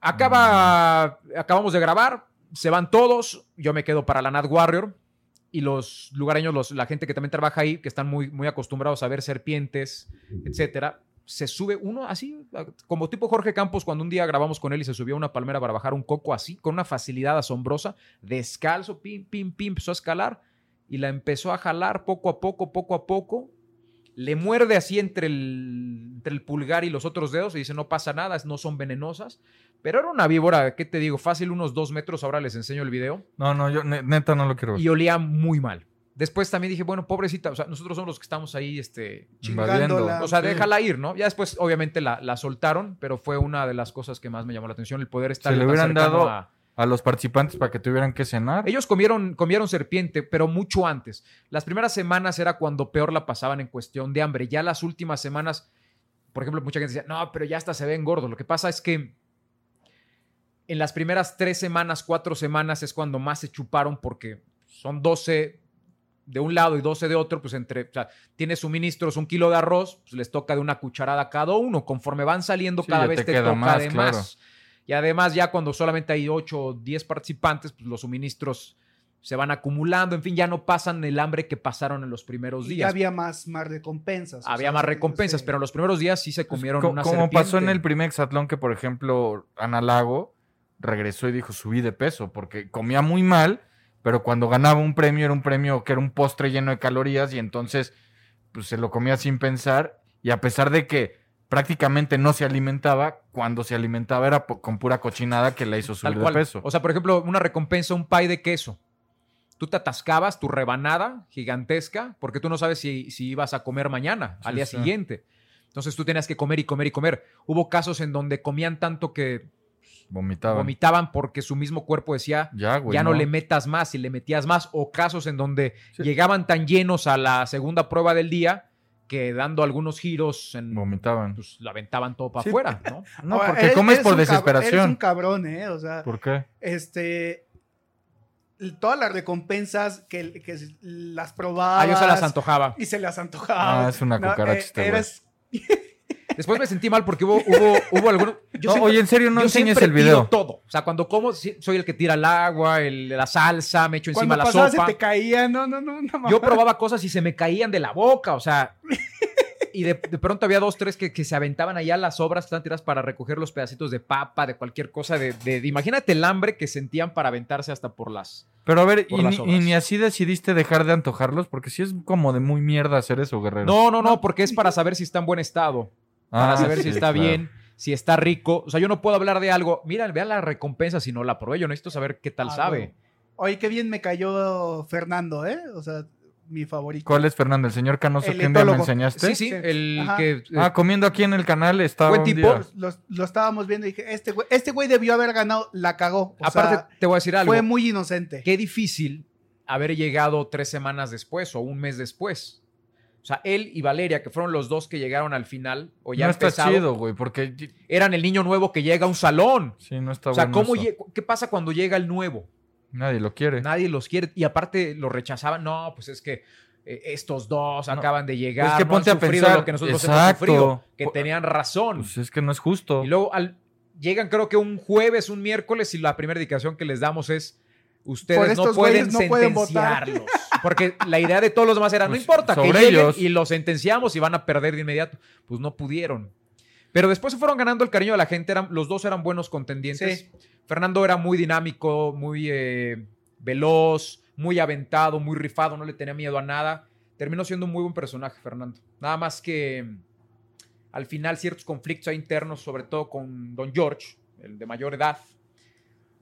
E: Acaba, acabamos de grabar, se van todos, yo me quedo para la Nat Warrior y los lugareños, los, la gente que también trabaja ahí, que están muy, muy acostumbrados a ver serpientes, etcétera, se sube uno así, como tipo Jorge Campos cuando un día grabamos con él y se subió a una palmera para bajar un coco así, con una facilidad asombrosa, descalzo, pim, pim, pim, empezó a escalar y la empezó a jalar poco a poco, poco a poco. Le muerde así entre el, entre el pulgar y los otros dedos y dice, no pasa nada, no son venenosas. Pero era una víbora, ¿qué te digo? Fácil, unos dos metros. Ahora les enseño el video.
D: No, no, yo ne- neta no lo quiero ver.
E: Y olía muy mal. Después también dije, bueno, pobrecita, o sea, nosotros somos los que estamos ahí, este.
B: Chingándola.
E: O sea,
B: Sí.
E: déjala ir, ¿no? Ya después, obviamente, la, la soltaron, pero fue una de las cosas que más me llamó la atención, el poder estar.
D: Se le
E: tan
D: hubieran
E: cercano
D: dado-
E: a-
D: A los participantes para que tuvieran que cenar.
E: Ellos comieron, comieron serpiente, pero mucho antes. Las primeras semanas era cuando peor la pasaban en cuestión de hambre. Ya las últimas semanas, por ejemplo, mucha gente decía, no, pero ya hasta se ven gordos. Lo que pasa es que en las primeras tres semanas, cuatro semanas es cuando más se chuparon porque son 12 de un lado y 12 de otro, pues entre, o sea, tienes suministros, un kilo de arroz, pues les toca de una cucharada a cada uno. Conforme van saliendo,
D: Sí,
E: cada
D: ya
E: vez
D: te
E: te,
D: queda
E: toca
D: más,
E: de
D: claro.
E: más. Y además ya cuando solamente hay 8 o 10 participantes, pues los suministros se van acumulando, en fin, ya no pasan el hambre que pasaron en los primeros
B: Y ya
E: días.
B: había más, más recompensas. o
E: Había
B: sea,
E: más recompensas,
B: sí.
E: pero en los primeros días sí se comieron
D: Pues, Co-
E: una
D: como
E: serpiente.
D: pasó en el primer exatlón que, por ejemplo, Ana Lago regresó y dijo subí de peso porque comía muy mal, pero cuando ganaba un premio era un premio que era un postre lleno de calorías y entonces pues, se lo comía sin pensar y a pesar de que prácticamente no se alimentaba, cuando se alimentaba era po- con pura cochinada que la hizo
E: Tal
D: subir de
E: cual.
D: peso.
E: O sea, por ejemplo, una recompensa, un pie de queso. Tú te atascabas tu rebanada gigantesca porque tú no sabes si, si ibas a comer mañana, al
D: Sí,
E: día
D: sí.
E: siguiente. Entonces tú tenías que comer y comer y comer. Hubo casos en donde comían tanto que
D: Vomitaba.
E: vomitaban porque su mismo cuerpo decía,
D: ya, güey.
E: ya no, le metas más y le metías más, o casos en donde
D: Sí.
E: llegaban tan llenos a la segunda prueba del día que dando algunos giros en,
D: Vomitaban.
E: pues, lo aventaban todo para
D: Sí.
E: afuera, ¿no?
D: No,
B: Ahora,
D: porque
B: eres-
D: comes
B: eres
D: por
B: un cabr- Eres
D: desesperación.
B: un cabrón, ¿eh? O sea,
D: ¿Por qué?
B: este. Todas las recompensas que, que las
E: A
B: probabas.
E: ellos Ah, se las antojaba.
B: Y se las antojaba.
D: Ah, es una
F: eh,
B: eh,
D: cucaracha este güey.
B: eras-
E: Después me sentí mal porque hubo, hubo, hubo algunos.
D: No, oye, en serio, no
E: yo
D: enseñes
E: siempre
D: el
E: pido
D: video.
E: todo. O sea, cuando como, sí, soy el que tira el agua, el- la salsa, me echo encima
B: Cuando
E: la
B: pasaba
E: sopa.
B: se te caía. No, no, no. no
E: Yo probaba cosas y se me caían de la boca, o sea. Y de, de pronto había dos, tres que, que se aventaban allá las obras, están tiradas para recoger los pedacitos de papa, de cualquier cosa. De, de- de- imagínate el hambre que sentían para aventarse hasta por las.
D: Pero a ver,
E: por
D: y ni,
E: las
D: y
E: obras.
D: ni así decidiste dejar de antojarlos, porque sí es como de muy mierda hacer eso, guerrero.
E: No, no, no, porque es para saber si está en buen estado, para
D: Ah,
E: saber si
D: sí,
E: está
D: claro.
E: bien, si está rico. O sea, yo no puedo hablar de algo. Mira, vean la recompensa si no la probé. Yo necesito saber qué tal
B: Ah,
E: sabe.
B: bueno. Oye, qué bien me cayó Fernando, ¿eh? O sea, mi favorito.
D: ¿Cuál es Fernando? El señor Canoso
B: El
D: que un día me
B: etólogo.
D: enseñaste.
E: Sí, sí, el
B: Ajá.
E: que... eh,
D: Ah, comiendo aquí en el canal estaba
E: Buen
D: un
E: tipo.
D: día.
B: Los- lo estábamos viendo y dije, este güey, este güey debió haber ganado, la cagó. O
E: aparte,
B: sea,
E: te voy a decir algo.
B: fue muy inocente.
E: Qué difícil haber llegado tres semanas después o un mes después. O sea, él y Valeria, que fueron los dos que llegaron al final, o pues, ya
D: no está
E: empezado,
D: chido, güey, porque
E: eran el niño nuevo que llega a un salón.
D: sí, no está
E: o sea,
D: bueno
E: ¿cómo
D: eso.
E: lle- ¿qué pasa cuando llega el nuevo?
D: Nadie lo quiere.
E: Nadie los quiere. Y aparte lo rechazaban. No, pues es que eh, estos dos
D: No.
E: acaban de
D: Es
E: llegar.
D: que
E: no
D: ponte
E: han
D: a
E: sufrido
D: pensar.
E: lo que nosotros hemos
D: Exacto.
E: sufrido. Que
D: Por-
E: tenían razón.
D: Pues es que no es justo.
E: Y luego al- llegan creo que un jueves, un miércoles y la primera indicación que les damos es
B: Por
E: ustedes no
B: estos
E: pueden
B: güeyes no pueden votar.
E: sentenciarlos. Porque la idea de todos los demás era, no
D: Pues,
E: importa, que
D: sobre
E: lleguen
D: ellos.
E: y los sentenciamos y van a perder de inmediato. Pues no pudieron. Pero después se fueron ganando el cariño de la gente. Eran, los dos eran buenos contendientes. Fernando era muy dinámico, muy eh, veloz, muy aventado, muy rifado, no le tenía miedo a nada. Terminó siendo un muy buen personaje, Fernando. Nada más que mm, al final ciertos conflictos ahí internos, sobre todo con Don George, el de mayor edad.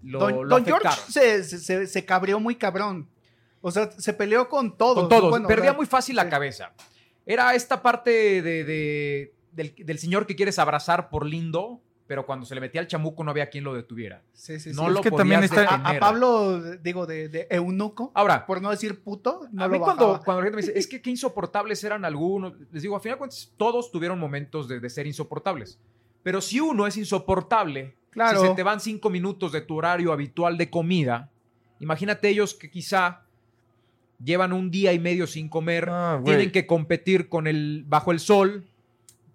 E: Lo,
B: Don,
E: lo
B: Don George
E: afectaron.
B: se, se- se- se cabreó muy cabrón. O sea, se peleó con todos.
E: Con todos.
B: Bueno,
E: Perdía
B: o sea,
E: muy fácil la
B: sí.
E: cabeza. Era esta parte de, de- del, del señor que quieres abrazar por lindo, pero cuando se le metía el chamuco no había quien lo detuviera.
B: Sí, sí, sí.
E: No
D: Es
E: lo
D: que
E: podías
D: también está-
B: a, a
E: detener.
B: Pablo, digo, de, de eunuco,
E: Ahora,
B: por no decir puto, no
E: a
B: lo
E: mí cuando,
B: bajaba.
E: cuando la gente me dice, es que qué insoportables eran algunos, les digo, a final de cuentas, todos tuvieron momentos de, de ser insoportables. Pero si uno es insoportable,
B: Claro.
E: si se te van cinco minutos de tu horario habitual de comida, imagínate ellos que quizá llevan un día y medio sin comer,
D: Ah, güey.
E: tienen que competir con el bajo el sol,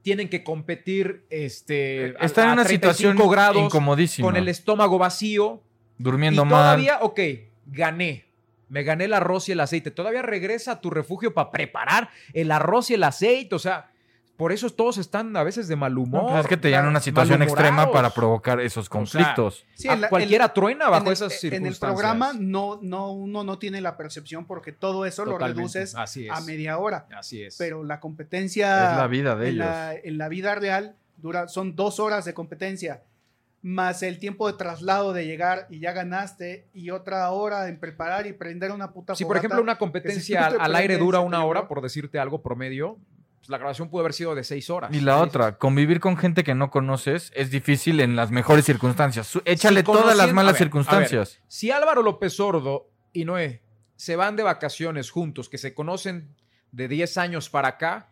E: tienen que competir este, a-
D: está en
E: a
D: una
E: 35
D: situación
E: grados,
D: incomodísima.
E: con el estómago vacío,
D: durmiendo
E: y
D: mal.
E: todavía, ok, gané. Me gané el arroz y el aceite. Todavía regresa a tu refugio para preparar el arroz y el aceite. O sea, por eso todos están a veces de mal humor.
D: No, pues es que te llevan a una situación extrema para provocar esos conflictos.
B: Sí, en la- en-
E: Ah, cualquiera truena bajo
B: en el-
E: esas circunstancias.
B: En el programa no, no, uno no tiene la percepción porque todo eso
E: Totalmente.
B: lo reduces
E: Así es.
B: a media hora.
E: Así es.
B: Pero la competencia
D: es la vida de
B: en,
D: ellos.
B: la, en la vida real dura, son dos horas de competencia, más el tiempo de traslado de llegar y ya ganaste, y otra hora en preparar y prender una puta
E: si, por ejemplo, una competencia al, al aire dura una hora, por decirte algo promedio, pues, la grabación pudo haber sido de seis horas.
D: Y la
E: Seis,
D: otra, convivir con gente que no conoces es difícil en las mejores circunstancias. Su- Échale todas las
E: conociendo- a
D: malas
E: ver,
D: circunstancias.
E: Si Álvaro López Sordo y Noé se van de vacaciones juntos, que se conocen de 10 años para acá,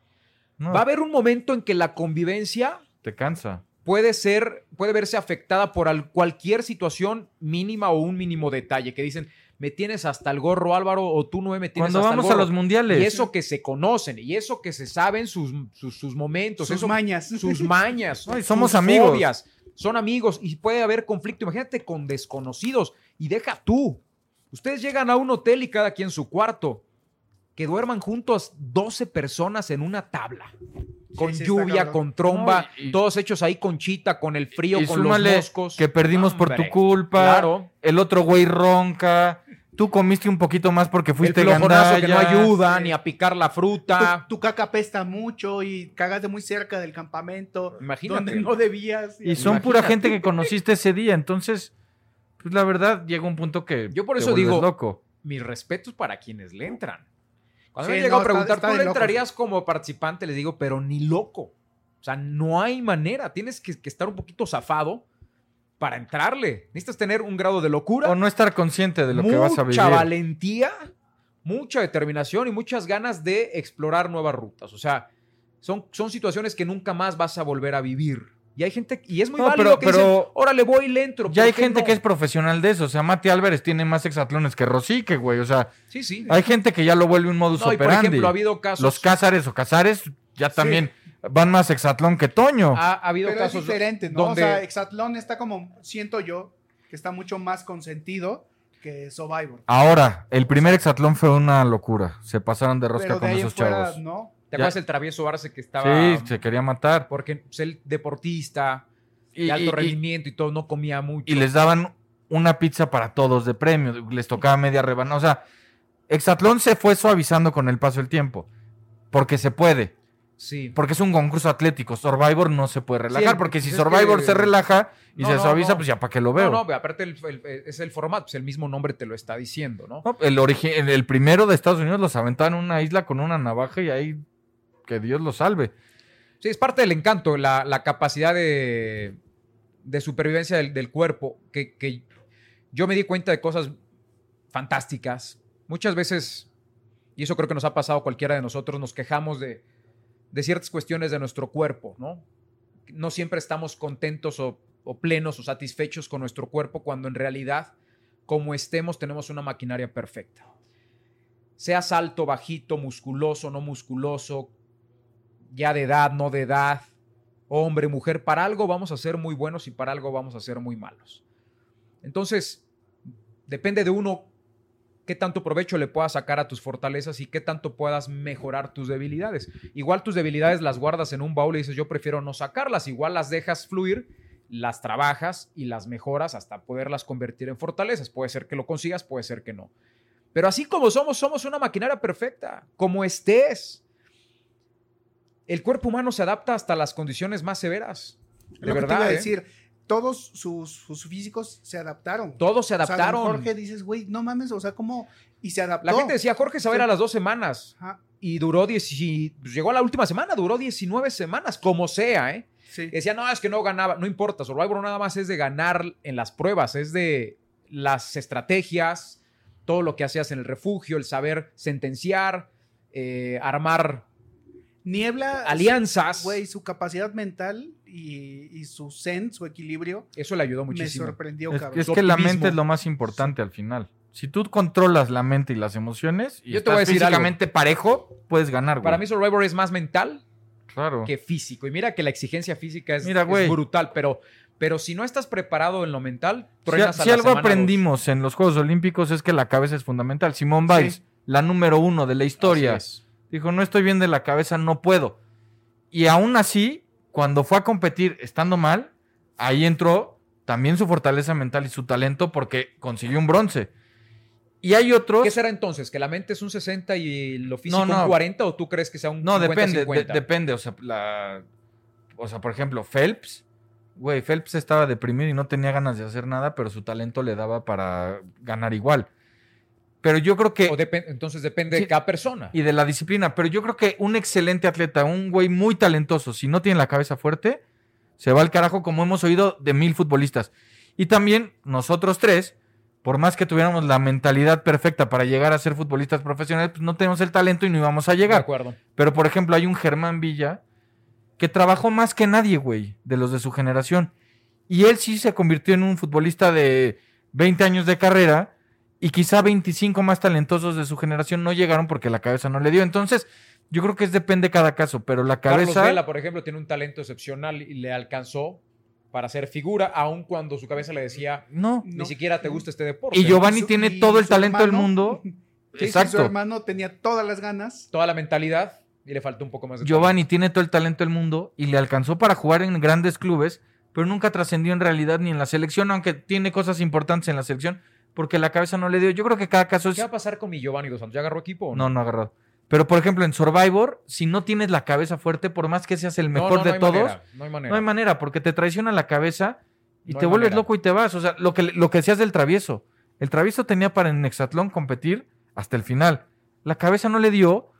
D: No,
E: va a haber un momento en que la convivencia
D: te cansa.
E: puede ser, puede verse afectada por al- cualquier situación mínima o un mínimo detalle, que dicen, me tienes hasta el gorro Álvaro o tú Noé me tienes
D: Cuando
E: hasta el
D: vamos a
E: gorro".
D: los mundiales.
E: Y eso que se conocen, y eso que se saben sus, sus, sus momentos,
B: sus
E: eso-
B: mañas.
E: sus mañas,
D: No, y somos
E: sus
D: amigos.
E: fobias. son amigos y puede haber conflicto. Imagínate con desconocidos y deja tú. Ustedes llegan a un hotel y cada quien su cuarto. Que duerman juntos 12 personas en una tabla. Con
B: sí, está
E: lluvia,
B: cabrón.
E: con tromba,
D: No, y- y-
E: todos hechos ahí con chita, con el frío,
D: Y
E: con los
D: súmale
E: moscos.
D: que perdimos por tu
E: Hombre,
D: culpa.
E: Claro.
D: El otro güey ronca. Tú comiste un poquito más porque fuiste
E: el flojonazo que no
D: gandalla.
E: ayuda
B: Sí.
E: ni a picar la
B: Tu,
E: fruta.
B: tu caca pesta mucho y cagaste muy cerca del campamento
E: Imagínate.
B: donde no debías.
D: Y son pura gente que conociste ese día. Entonces, pues la verdad, llega un punto que.
E: Yo por
D: te
E: eso
D: vuelves
E: digo-
D: loco.
E: mis respetos para quienes le entran. Cuando
B: Sí,
E: me llega
B: no,
E: a preguntar,
B: está- está
E: ¿tú
B: de
E: le
B: locos.
E: entrarías como participante? Les digo, pero ni loco. O sea, no hay manera. Tienes que, que estar un poquito zafado para entrarle. Necesitas tener un grado de locura,
D: O no estar consciente de lo que
E: mucha
D: vas a vivir.
E: valentía, mucha determinación y muchas ganas de explorar nuevas rutas. O sea, son, son situaciones que nunca más vas a volver a vivir. Y hay gente, y es muy
D: No,
E: válido
D: pero-
E: que
D: pero-
E: dicen, órale, voy y le entro.
D: Ya
E: ¿por
D: hay
E: qué
D: gente
E: no?
D: que es profesional de eso. O sea, Mati Álvarez tiene más exatlones que Rosique, güey. O sea,
E: Sí, sí.
D: hay gente que ya lo vuelve un modus
E: No, y por
D: operandi.
E: ejemplo, ha habido casos...
D: Los Cázares o Cázares ya también van más exatlón que Toño.
E: ha, ha habido
B: Pero es
E: casos
B: diferente, ¿no?
E: donde
B: O sea, Exatlón está como, siento yo, que está mucho más consentido que Survivor.
D: Ahora, el primer exatlón fue una locura. Se pasaron de rosca
B: Pero de
D: con
B: ahí en
D: esos
B: fuera,
D: chavos.
B: ¿no?
E: ¿Te
D: Ya.
E: acuerdas el travieso Arce que estaba?
D: Sí, se quería matar.
E: Porque pues, el deportista
D: Y-
E: de alto
D: y- y-
E: rendimiento y todo, no comía mucho.
D: y les daban una pizza para todos de premio, les tocaba media rebanada. O sea, Exatlón se fue suavizando con el paso del tiempo, porque se puede.
E: Sí.
D: Porque es un concurso atlético. Survivor no se puede relajar.
E: el-
D: porque si
E: es
D: Survivor
E: que-
D: se relaja y
E: No,
D: se
E: no,
D: suaviza,
E: no.
D: pues ya para qué lo
E: No,
D: veo.
E: no, pero aparte el- el- es el formato, pues el mismo nombre te lo está diciendo, ¿no?
D: No, el, origi- el- el primero de Estados Unidos los aventaban en una isla con una navaja y ahí que Dios los salve.
E: Sí, es parte del encanto, la, la capacidad de, de supervivencia del, del cuerpo, que, que yo me di cuenta de cosas fantásticas. Muchas veces, y eso creo que nos ha pasado a cualquiera de nosotros, nos quejamos de, de ciertas cuestiones de nuestro cuerpo, ¿no? No siempre estamos contentos o, o plenos o satisfechos con nuestro cuerpo cuando en realidad, como estemos, tenemos una maquinaria perfecta. Seas alto, bajito, musculoso, no musculoso, ya de edad, no de edad, hombre, mujer, para algo vamos a ser muy buenos y para algo vamos a ser muy malos. Entonces, depende de uno qué tanto provecho le puedas sacar a tus fortalezas y qué tanto puedas mejorar tus debilidades. Igual tus debilidades las guardas en un baúl y dices, yo prefiero no sacarlas, igual las dejas fluir, las trabajas y las mejoras hasta poderlas convertir en fortalezas. Puede ser que lo consigas, puede ser que no. Pero así como somos, somos una maquinaria perfecta, como estés. El cuerpo humano se adapta hasta las condiciones más severas. De
F: lo que te
E: verdad.
F: iba a
E: ¿eh?
F: decir, todos sus, sus físicos se adaptaron.
E: Todos se
F: O sea, don
E: adaptaron.
F: Jorge dices, güey, no mames, o sea, ¿cómo? Y se adaptó.
E: La gente decía, Jorge se va a ir a las dos semanas.
F: Ajá,
E: Y duró 10, pues, llegó a la última semana, duró 19 semanas, como sea, ¿eh?
F: sí.
E: Decía, no, es que no ganaba, no importa, Survivor nada más es de ganar en las pruebas, es de las estrategias, todo lo que hacías en el refugio, el saber sentenciar, eh, armar
F: Niebla.
E: alianzas.
F: Güey, su capacidad mental y, y su zen, su equilibrio,
E: Eso le ayudó muchísimo.
F: me sorprendió,
D: Es,
F: cabrón.
D: es que la
E: Optimismo.
D: mente es lo más importante al final. Si tú controlas la mente y las emociones y
E: Yo te
D: estás
E: voy a decir algo.
D: físicamente parejo, puedes ganar, güey.
E: Para mí Survivor es más mental
D: claro.
E: que físico. Y mira que la exigencia física es,
D: Mira,
E: es
D: güey.
E: brutal, pero, pero si no estás preparado en lo
D: Si,
E: mental,
D: a-
E: truenas a
D: si
E: la
D: algo
E: semana dos.
D: aprendimos en los Juegos Olímpicos es que la cabeza es fundamental. Simón Biles, la número uno de la historia,
E: Así es.
D: dijo, no estoy bien de la cabeza, no puedo. Y aún así, cuando fue a competir estando mal, ahí entró también su fortaleza mental y su talento porque consiguió un bronce. Y hay otros...
E: ¿Qué será entonces? ¿Que la mente es un 60 y lo físico
D: No, no.
E: un 40 o tú crees que sea un
D: No,
E: 50,
D: depende, de-
E: 50?
D: depende. O sea, la- o sea, por ejemplo, Phelps. Güey, Phelps estaba deprimido y no tenía ganas de hacer nada, pero su talento le daba para ganar igual. Pero yo creo que...
E: O depen- entonces depende
D: Sí.
E: de cada persona.
D: y de la disciplina, pero yo creo que un excelente atleta, un güey muy talentoso, si no tiene la cabeza fuerte, se va al carajo, como hemos oído de mil futbolistas. Y también nosotros tres, por más que tuviéramos la mentalidad perfecta para llegar a ser futbolistas profesionales, pues no tenemos el talento y no íbamos a
E: de
D: llegar.
E: acuerdo.
D: Pero, por ejemplo, hay un Germán Villa que trabajó más que nadie, güey, de los de su generación. Y él sí se convirtió en un futbolista de 20 años de carrera y quizá 25 más talentosos de su generación no llegaron porque la cabeza no le dio. Entonces, yo creo que es depende de cada caso, pero la cabeza...
E: Carlos Vela, por ejemplo, tiene un talento excepcional y le alcanzó para ser figura, aun cuando su cabeza le decía,
D: No.
E: ni
F: No.
E: siquiera te gusta este deporte.
D: Y Giovanni
F: Y su-
D: tiene
F: y
D: todo el
F: su
D: talento del
F: hermano.
D: mundo.
F: Sí, sí, su
D: Exacto.
F: hermano tenía todas las ganas.
E: Toda la mentalidad y le faltó un poco más de
D: Giovanni tiene todo el talento del mundo y le alcanzó para jugar en grandes clubes, pero nunca trascendió en realidad ni en la selección, aunque tiene cosas importantes en la selección, porque la cabeza no le dio. Yo creo que cada caso
E: talento.
D: es.
E: ¿Qué va a pasar con mi Giovanni Dos Santos? ¿Ya agarró equipo? o
D: No, no ha agarrado. Pero por ejemplo, en Survivor, si no tienes la cabeza fuerte, por más que seas el
E: No,
D: mejor
E: no, no
D: de
E: hay
D: todos,
E: manera, no hay manera.
D: no hay manera, porque te traiciona la cabeza y
E: No
D: te
E: hay
D: vuelves
E: manera.
D: loco y te vas. O sea, lo que, lo que decías del travieso. El travieso tenía para en Hexatlón competir hasta el final. La cabeza no le dio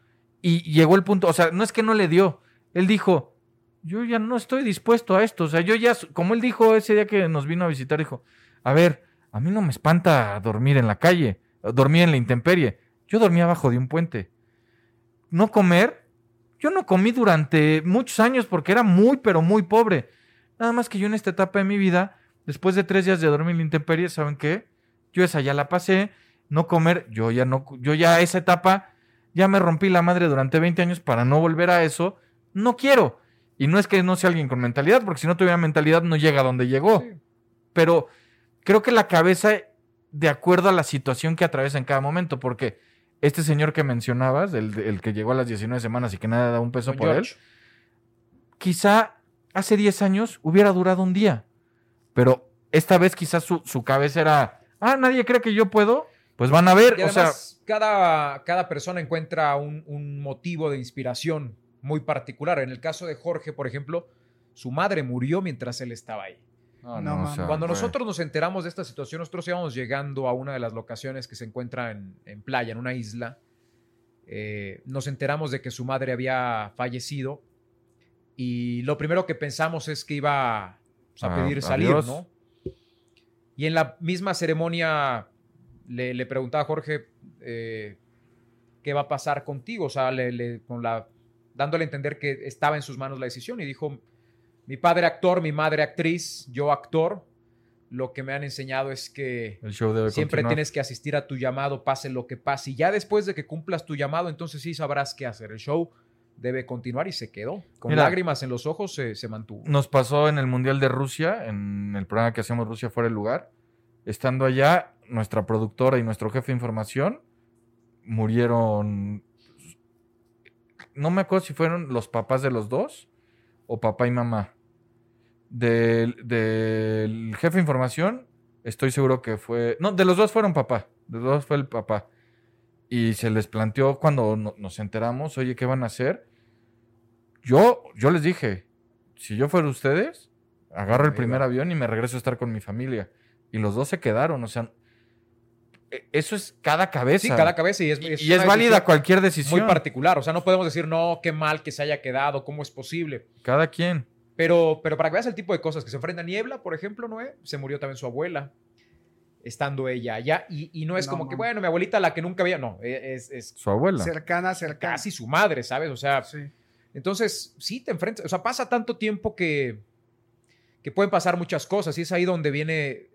D: y llegó el punto. O sea, no es que no le dio. Él dijo, yo ya no estoy dispuesto a esto. O sea, yo ya, como él dijo ese día que nos vino a visitar, dijo, a ver, a mí no me espanta dormir en la calle, dormir en la intemperie. Yo dormí abajo de un puente. No comer, yo no comí durante muchos años porque era muy, pero muy pobre. Nada más que yo en esta etapa de mi vida, después de tres días de dormir en la intemperie, ¿saben qué? Yo esa ya la pasé, no comer, yo ya no, yo ya esa etapa, ya me rompí la madre durante 20 años para no volver a eso, no quiero. Y no es que no sea alguien con mentalidad, porque si no tuviera mentalidad no llega a donde llegó. Pero creo que la cabeza, de acuerdo a la situación que atraviesa en cada momento, porque este señor que mencionabas, el, el que llegó a las 19 semanas y que nada da un peso
E: Don
D: por él,
E: George.
D: quizá hace 10 años hubiera durado un día. Pero esta vez quizás su, su cabeza era, ah, nadie cree que yo puedo. Pues van a ver,
E: Y
D: o sea,
E: además, cada, cada persona encuentra un, un motivo de inspiración muy particular. En el caso de Jorge, por ejemplo, su madre murió mientras él estaba ahí.
D: No,
F: No,
D: no, o
F: mames.
D: sea,
E: Cuando
D: güey.
E: nosotros nos enteramos de esta situación, nosotros íbamos llegando a una de las locaciones que se encuentra en, en playa, en una isla. Eh, nos enteramos de que su madre había fallecido y lo primero que pensamos es que iba pues, a
D: Ah,
E: pedir salir,
D: adiós.
E: ¿no? Y en la misma ceremonia le, le preguntaba a Jorge eh, qué va a pasar contigo, o sea, le- le- con la, dándole a entender que estaba en sus manos la decisión y dijo, mi padre actor, mi madre actriz, yo actor, lo que me han enseñado es que
D: El show debe
E: siempre
D: continuar.
E: tienes que asistir a tu llamado, pase lo que pase, y ya después de que cumplas tu llamado, entonces sí sabrás qué hacer, el show debe continuar y se quedó, con
D: Mira.
E: lágrimas en los ojos se, se mantuvo.
D: Nos pasó en el Mundial de Rusia, en el programa que hacemos Rusia fuera del lugar. Estando allá, nuestra productora y nuestro jefe de información murieron. No me acuerdo si fueron los papás de los dos o papá y mamá. Del, del jefe de información, estoy seguro que fue. No, de los dos fueron papá. De los dos fue el papá. Y se les planteó cuando no- nos enteramos, oye, ¿qué van a hacer? Yo, yo les dije, si yo fuera ustedes, agarro el
E: Ahí
D: primer
E: va.
D: avión y me regreso a estar con mi familia. Y los dos se quedaron, o sea, e- eso es cada cabeza.
E: Sí, cada cabeza y es,
D: Y- y
E: una
D: es válida
E: decisión
D: cualquier decisión.
E: muy particular, o sea, no podemos decir, no, qué mal que se haya quedado, cómo es posible.
D: cada quien.
E: Pero, pero para que veas el tipo de cosas que se enfrenta Niebla, por ejemplo, Noé, se murió también su abuela, estando ella allá. Y, y no es
F: No,
E: como que,
F: mames.
E: bueno, mi abuelita, la que nunca veía. No, e- es, es
D: Su abuela.
F: Cercana, cercana.
E: casi su madre, ¿sabes? O sea,
F: Sí.
E: entonces sí te enfrentas. O sea, pasa tanto tiempo que, que pueden pasar muchas cosas. Y es ahí donde viene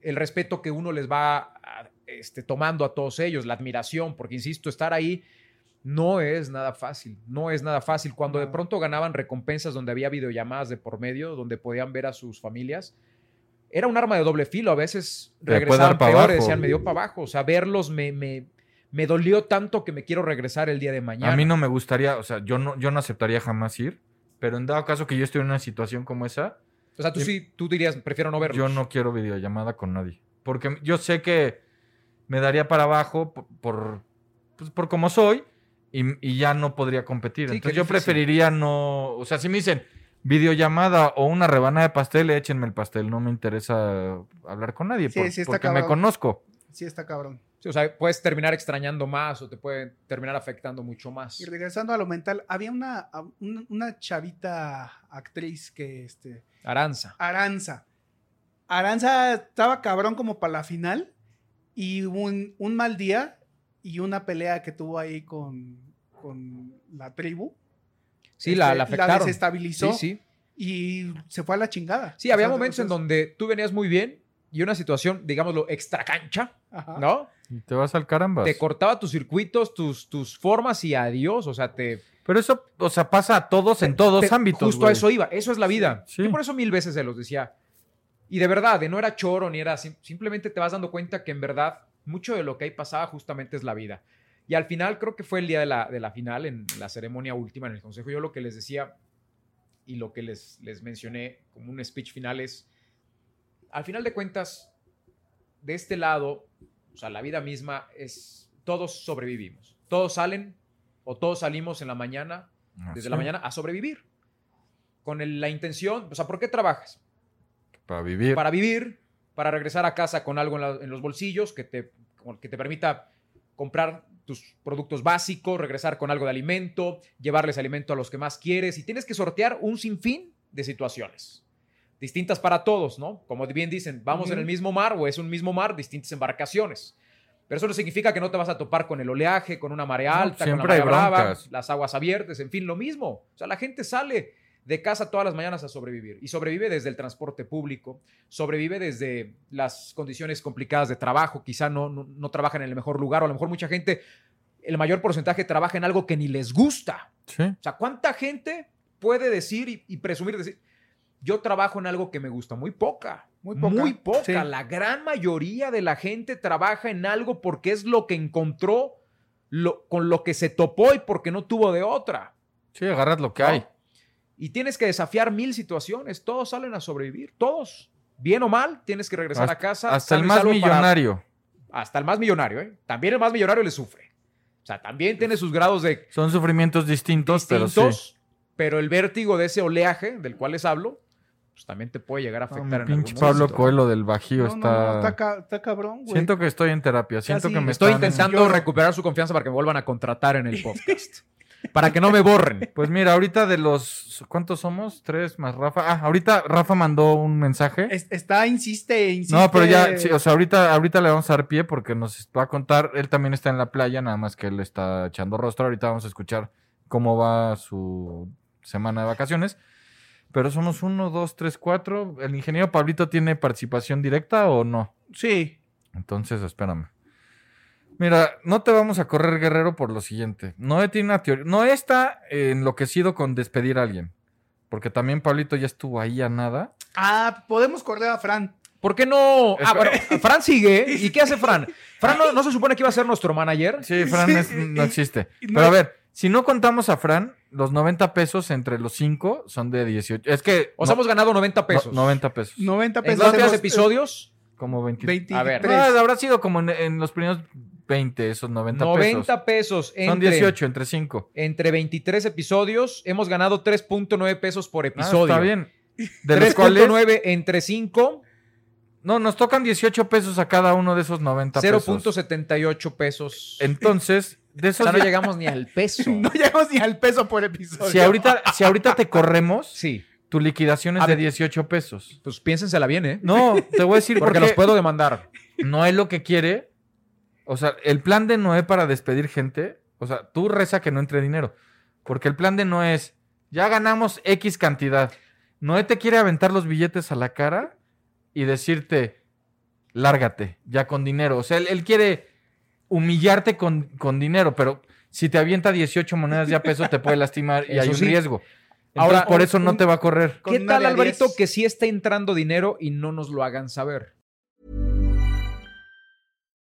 E: el respeto que uno les va a- este, tomando a todos ellos, la admiración, porque insisto, estar ahí no es nada fácil, no es nada fácil. Cuando de
F: No.
E: pronto ganaban recompensas donde había videollamadas de por medio, donde podían ver a sus familias, era un arma de doble filo. A veces
D: Te puede
E: regresaban
D: dar pa'
E: peores,
D: abajo.
E: decían, me dio para abajo. O sea, verlos me, me, me dolió tanto que me quiero regresar el día de mañana.
D: A mí no me gustaría, o sea, yo no, yo no aceptaría jamás ir, pero en dado caso que yo estoy en una situación como esa,
E: O sea, tú sí, tú dirías, prefiero no verlos.
D: yo no quiero videollamada con nadie. Porque yo sé que me daría para abajo por, por, pues, por cómo soy y, y ya no podría competir.
E: Sí, qué
D: Entonces yo
E: difícil.
D: preferiría no, o sea, si me dicen videollamada o una rebanada de pastel, échenme el pastel, no me interesa hablar con nadie
F: Sí,
D: por-
F: sí, está
D: porque me
F: cabrón.
D: conozco.
F: Sí, está cabrón.
E: Sí, o sea, puedes terminar extrañando más o te puede terminar afectando mucho más.
F: Y regresando a lo mental, había una, a- un- una chavita actriz que, este,
E: Aranza.
F: Aranza. Aranza estaba cabrón como para la final y hubo un, un mal día y una pelea que tuvo ahí con, con la tribu.
E: Sí, la,
F: Este,
E: la afectaron.
F: desestabilizó
E: sí, sí.
F: y se fue a la chingada.
E: Sí, había
F: O sea,
E: momentos en
F: entonces-
E: donde tú venías muy bien y una situación, digámoslo, extracancha,
F: Ajá.
E: ¿no?
D: Y te vas al caramba.
E: Te cortaba tus circuitos, tus, tus formas y adiós. O sea, te.
D: Pero eso, o sea, pasa a todos en todos
E: te-
D: ámbitos.
E: Justo a
D: güey.
E: eso iba. Eso es la vida.
D: Sí.
E: Yo por eso mil veces se los decía. Y de verdad, de no era choro ni era. sim- Simplemente te vas dando cuenta que en verdad mucho de lo que ahí pasaba justamente es la vida. Y al final, creo que fue el día de la, de la final, en la ceremonia última, en el consejo. Yo lo que les decía y lo que les, les mencioné como un speech final es: al final de cuentas, de este lado, o sea, la vida misma es. Todos sobrevivimos. Todos salen o todos salimos en la mañana desde
D: Así,
E: la mañana a sobrevivir. Con el- la intención, o sea, ¿por qué trabajas?
D: Para vivir.
E: Para vivir, para regresar a casa con algo en, la- en los bolsillos que te, como que te permita comprar tus productos básicos, regresar con algo de alimento, llevarles alimento a los que más quieres y tienes que sortear un sinfín de situaciones. Distintas para todos, ¿no? Como bien dicen, vamos en el mismo mar o es un mismo mar, distintas embarcaciones. Pero eso no significa que no te vas a topar con el oleaje, con una marea
D: No,
E: alta, con la
D: siempre hay
E: marea brava,
D: broncas.
E: las aguas abiertas, en fin, lo mismo. O sea, la gente sale de casa todas las mañanas a sobrevivir. Y sobrevive desde el transporte público, sobrevive desde las condiciones complicadas de trabajo, quizá no, no, no trabajan en el mejor lugar, o a lo mejor mucha gente, el mayor porcentaje trabaja en algo que ni les gusta.
D: Sí.
E: O sea, ¿cuánta gente puede decir y, y presumir, decir, yo trabajo en algo que me gusta? Muy poca.
F: Muy poca.
E: poca.
F: Sí.
E: La gran mayoría de la gente trabaja en algo porque es lo que encontró, lo- con lo que se topó y porque no tuvo de otra.
D: Sí, agarras lo que
E: ¿no?
D: hay.
E: Y tienes que desafiar mil situaciones. Todos salen a sobrevivir, todos. Bien o mal, tienes que regresar
D: Hasta-
E: a casa.
D: Hasta
E: sano
D: el
E: y
D: más
E: salvo para-
D: millonario.
E: hasta el más millonario, ¿eh? También el más millonario le sufre. sea, también tiene sus grados de
D: Son sufrimientos distintos,
E: distintos,
D: pero sí.
E: pero el vértigo de ese oleaje del cual les hablo, pues también te puede llegar a
D: No, mi
E: afectar en
D: pinche
E: algún
D: Pablo
E: momento.
D: Coelho del Bajío
F: No, no,
D: está...
F: no, está, ca- está cabrón, güey.
D: Siento que estoy en terapia. Siento
F: Casi
D: que me
E: Estoy
D: están-
E: intentando recuperar su confianza para que me vuelvan a contratar en el podcast. para que no me borren.
D: Pues mira, ahorita de los... ¿Cuántos somos? Tres más Rafa. Ah, ahorita Rafa mandó un mensaje.
F: Es- está, insiste, insiste.
D: No, pero ya, sí, o sea, ahorita, ahorita le vamos a dar pie porque nos va a contar. Él también está en la playa, nada más que él está echando rostro. Ahorita vamos a escuchar cómo va su semana de vacaciones. Pero somos uno, dos, tres, cuatro. ¿El ingeniero Pablito tiene participación directa o no?
F: Sí.
D: Entonces, espérame. Mira, no te vamos a correr, Guerrero, por lo siguiente. No tiene una teoría. No está eh, enloquecido con despedir a alguien. Porque también Pablito ya estuvo ahí a nada.
F: Ah, podemos correr a Fran.
E: ¿Por qué no? Ah,
D: Espera.
E: bueno, Fran sigue. ¿Y qué hace Fran? ¿Fran no, no se supone que iba a ser nuestro manager?
D: Sí, Fran es- no existe.
F: y no-
D: Pero a ver, si no contamos a Fran, los 90 pesos entre los 5 son de 18. Es que.
E: O sea,
D: no-
E: hemos ganado 90 pesos.
D: no- 90 pesos.
F: 90
E: ¿En
F: pesos.
E: cuántos
F: hacemos,
E: episodios?
D: No, como 20.
F: eh, 23.
E: A ver.
D: Ah, habrá sido como en, en los primeros 20, esos 90,
E: 90 pesos.
D: pesos. Son
E: entre-
D: 18 entre 5.
E: Entre 23 episodios hemos ganado 3.9 pesos por episodio.
D: Ah, está bien. De los cuales.
E: 3.9 entre 5,
D: No, nos tocan 18 pesos a cada uno de esos 90 pesos.
E: 0.78 pesos.
D: Entonces, de
E: O
D: esos.
E: sea, no llegamos ni al peso.
F: No llegamos ni al peso por episodio.
D: si, ahorita, si ahorita te corremos,
E: Sí,
D: tu liquidación es
E: A
D: de
E: ver.
D: 18 pesos.
E: pues piénsensela bien, ¿eh?
D: No, te voy a decir
E: Porque
D: por
E: los
D: qué.
E: puedo demandar.
D: no es lo que quiere. O sea, el plan de Noé para despedir gente, o sea, tú reza que no entre dinero. Porque el plan de Noé es, ya ganamos X cantidad. Noé te quiere aventar los billetes a la cara y decirte, lárgate, ya con dinero. O sea, él, él quiere humillarte con, con dinero, pero si te avienta 18 monedas ya peso, te puede lastimar y
E: Eso
D: hay un
E: sí.
D: riesgo. Ahora,
E: Ahora,
D: por eso no
F: un-
D: te va a correr.
F: Con
E: ¿Qué
F: nueve
E: tal,
F: a
E: Alvarito,
F: diez.
E: que sí está entrando dinero y no nos lo hagan saber?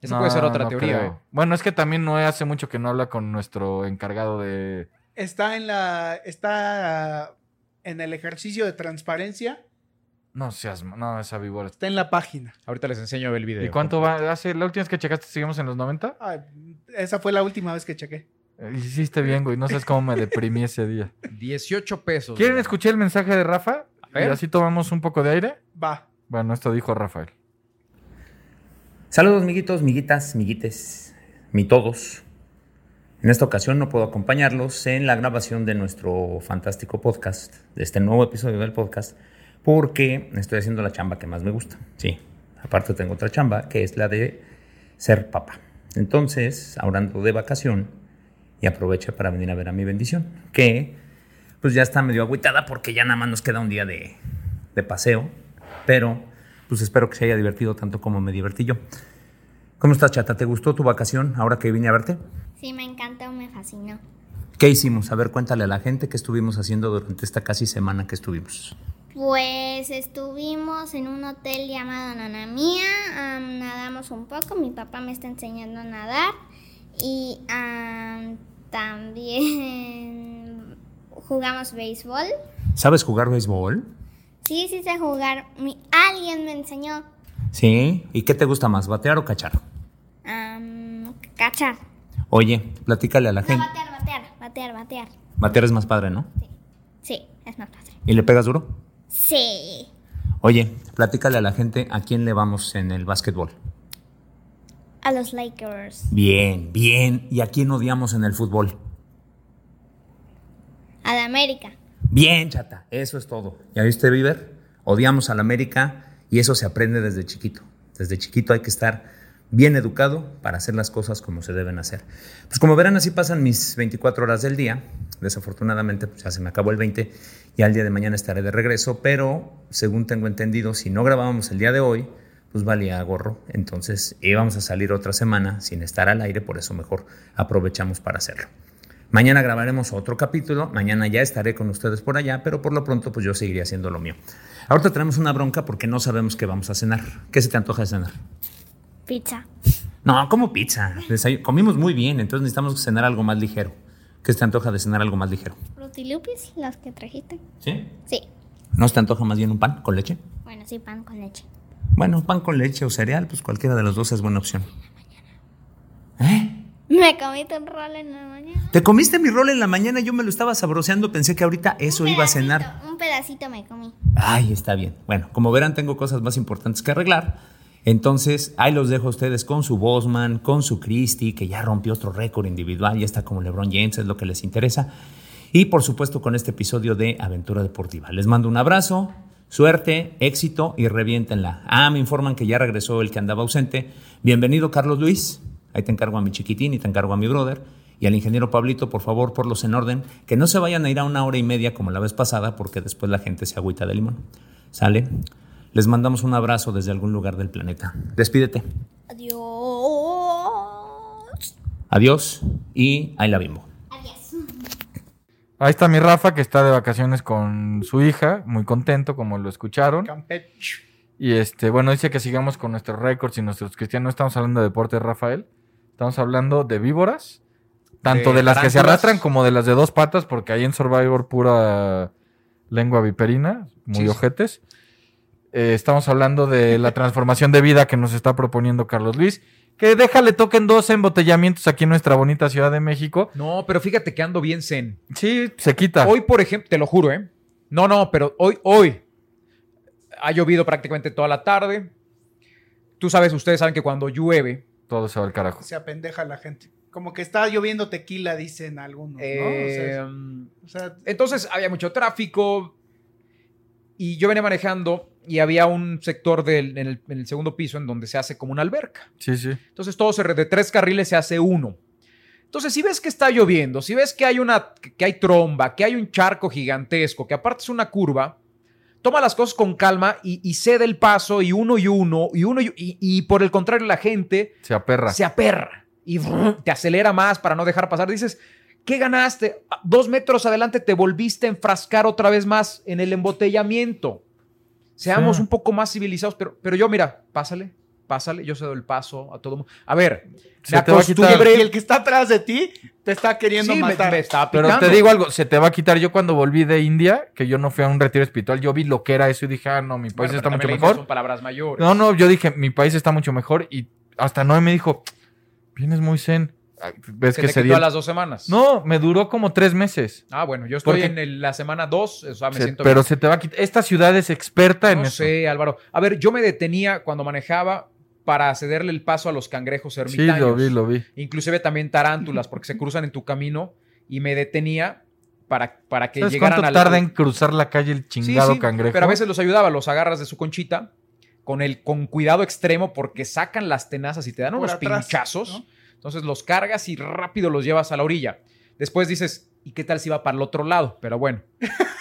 E: Esa
D: No,
E: puede ser otra
D: no
E: teoría.
D: creo. Bueno, es que también Noé hace mucho que no habla con nuestro encargado de
F: Está en la. Está en el ejercicio de transparencia.
D: No seas, ma- no, esa víbora.
F: Está en la página.
E: Ahorita les enseño el video.
D: ¿Y cuánto va? Hace, la última vez que checaste, ¿seguimos en los 90?
F: Ay, esa fue la última vez que chequé.
D: Eh, Hiciste bien, güey. No sabes cómo me deprimí ese día.
E: 18 pesos.
D: ¿Quieren
E: güey.
D: escuchar el mensaje de Rafa?
E: A ver.
D: Y así tomamos un poco de aire.
F: Va.
D: Bueno, esto dijo Rafael.
G: Saludos, miguitos, miguitas, miguites, mi todos. En esta ocasión no puedo acompañarlos en la grabación de nuestro fantástico podcast, de este nuevo episodio del podcast, porque estoy haciendo la chamba que más me gusta. Sí, aparte tengo otra chamba que es la de ser papá. Entonces, ahora ando de vacación y aprovecha para venir a ver a mi bendición, que pues ya está medio agüitada porque ya nada más nos queda un día de, de paseo, pero pues espero que se haya divertido tanto como me divertí yo. ¿Cómo estás, Chata? ¿Te gustó tu vacación ahora que vine a verte?
H: Sí, me encanta, me fascinó.
G: ¿Qué hicimos? A ver, cuéntale a la gente qué estuvimos haciendo durante esta casi semana que estuvimos.
H: Pues estuvimos en un hotel llamado Nanamía, am, nadamos un poco, mi papá me está enseñando a nadar y am, también jugamos béisbol.
G: ¿Sabes jugar béisbol?
H: Sí, sí sé jugar, mi, alguien me enseñó
G: Sí. ¿Y qué te gusta más, batear o cachar?
H: a cachar.
G: Oye, platícale a la
H: No,
G: gente.
H: batear, batear, batear, batear.
G: Batear es más padre, ¿no?
H: Sí, es más fácil.
G: ¿Y le pegas duro?
H: Sí,
G: Oye, platícale a la gente a quién le vamos en el básquetbol.
H: a los Lakers,
G: Bien, bien. ¿Y a quién odiamos en el fútbol?
H: a la América.
G: Bien, chata, eso es todo. ¿Ya viste, Bieber? Odiamos al América y eso se aprende desde chiquito. Desde chiquito hay que estar bien educado para hacer las cosas como se deben hacer. Pues como verán, así pasan mis 24 horas del día. Desafortunadamente, pues ya se me acabó el 20 y al día de mañana estaré de regreso, pero según tengo entendido, si no grabábamos el día de hoy, pues valía gorro. Entonces íbamos a salir otra semana sin estar al aire, por eso mejor aprovechamos para hacerlo. Mañana grabaremos otro capítulo, mañana ya estaré con ustedes por allá, pero por lo pronto pues yo seguiré haciendo lo mío. Ahorita tenemos una bronca porque no sabemos qué vamos a cenar. ¿Qué se te antoja de cenar?
H: Pizza.
G: No, como pizza. Desayu- Comimos muy bien, entonces necesitamos cenar algo más ligero. ¿Qué se te antoja de cenar algo más ligero?
H: Frutilupis, las que trajiste.
G: ¿Sí?
H: Sí.
G: ¿No se te antoja más bien un pan con leche?
H: Bueno, sí, pan con leche.
G: Bueno, pan con leche o cereal, pues cualquiera de los dos es buena opción.
H: Me comí un rol en la mañana.
G: ¿Te comiste mi rol en la mañana? Yo me lo estaba sabroseando, pensé que ahorita eso iba a cenar.
H: Un pedacito me comí.
G: Ay, está bien. Bueno, como verán, tengo cosas más importantes que arreglar. Entonces, ahí los dejo a ustedes con su Bosman, con su Christie, que ya rompió otro récord individual, ya está como LeBron James, es lo que les interesa. Y por supuesto, con este episodio de Aventura Deportiva. Les mando un abrazo, suerte, éxito y reviéntenla. Ah, me informan que ya regresó el que andaba ausente. Bienvenido, Carlos Luis. Ahí te encargo a mi chiquitín y te encargo a mi brother. Y al ingeniero Pablito, por favor, por los en orden, que no se vayan a ir a una hora y media como la vez pasada, porque después la gente se agüita de limón. ¿Sale? Les mandamos un abrazo desde algún lugar del planeta. Despídete.
H: Adiós.
G: Adiós y ahí la bimbo.
D: Ahí está mi Rafa que está de vacaciones con su hija, muy contento como lo escucharon. Y este, bueno, dice que sigamos con nuestros récords y nuestros cristianos. No estamos hablando de deporte, Rafael. Estamos hablando de víboras. Tanto
E: De
D: de, las que se
E: tarántulas.
D: arrastran como de las de dos patas, porque ahí en Survivor pura lengua viperina, muy
E: Sí.
D: ojetes. Eh, estamos hablando de la transformación de vida que nos está proponiendo Carlos Luis. Que déjale toquen dos embotellamientos aquí en nuestra bonita Ciudad de México.
E: No, pero fíjate que ando bien zen.
D: Sí, se quita.
E: Hoy, por ejemplo, te lo juro, ¿eh? No, no, pero hoy, hoy ha llovido prácticamente toda la tarde. Tú sabes, ustedes saben que cuando llueve,
D: Todo se va al carajo.
F: Se apendeja la gente. Como que está lloviendo tequila, dicen algunos, ¿no? O sea,
E: eh,
F: o sea,
E: entonces había mucho tráfico y yo venía manejando y había un sector del, en, el, en el segundo piso en donde se hace como una alberca.
D: Sí, sí.
E: Entonces todo se re- de tres carriles se hace uno. Entonces, si ves que está lloviendo, si ves que hay una que hay tromba, que hay un charco gigantesco, que aparte es una curva, toma las cosas con calma y, y cede el paso y uno y uno y uno y, y- y por el contrario la gente
D: Se aperra.
E: se aperra y brum, te acelera más para no dejar pasar. Dices, ¿qué ganaste? Ah, Dos metros adelante te volviste a enfrascar otra vez más en el embotellamiento. Seamos
D: Sí.
E: un poco más civilizados, pero, pero yo, mira, pásale, pásale, yo cedo el paso a todo mundo. A ver,
D: Se te va a quitar.
F: y el que está atrás de ti te está queriendo
E: Sí, me-
F: matar.
E: me estaba
D: Pero te
E: picando.
D: digo algo, se te va a quitar. Yo cuando volví de India, que yo no fui a un retiro espiritual, yo vi lo que era eso y dije, ah, no, mi país
E: Bueno,
D: está
E: pero
D: mucho
E: también "Oh, la
D: mejor.
E: India Son palabras mayores.
D: No, no, yo dije, mi país está mucho mejor y hasta Noé me dijo, vienes muy zen. Ay, Ves
E: Se
D: que
E: te
D: se
E: quitó
D: dio.
E: a las dos semanas.
D: No, me duró como tres meses.
E: Ah, bueno, yo estoy
D: Porque-
E: en el- la semana dos, o sea, Ah, me
D: Se-
E: siento
D: pero se te va a quitar. Esta ciudad es experta
E: bien.
D: en
E: No
D: eso.
E: sé, Álvaro. A ver, yo me detenía cuando manejaba para cederle el paso a los cangrejos
D: Sí,
E: ermitaños.
D: lo vi, lo vi.
E: Inclusive también tarántulas, porque se cruzan en tu camino y me detenía para, para que
D: ¿Sabes
E: llegaran
D: cuánto
E: al...
D: tarda en cruzar la calle el chingado cangrejo?
E: Pero a veces los ayudaba, los agarras de su conchita con el con cuidado extremo porque sacan las tenazas y te dan
F: Por
E: unos
F: atrás,
E: pinchazos.
F: ¿no?
E: Entonces los cargas y rápido los llevas a la orilla. Después dices, ¿y qué tal si va para el otro lado? Pero bueno.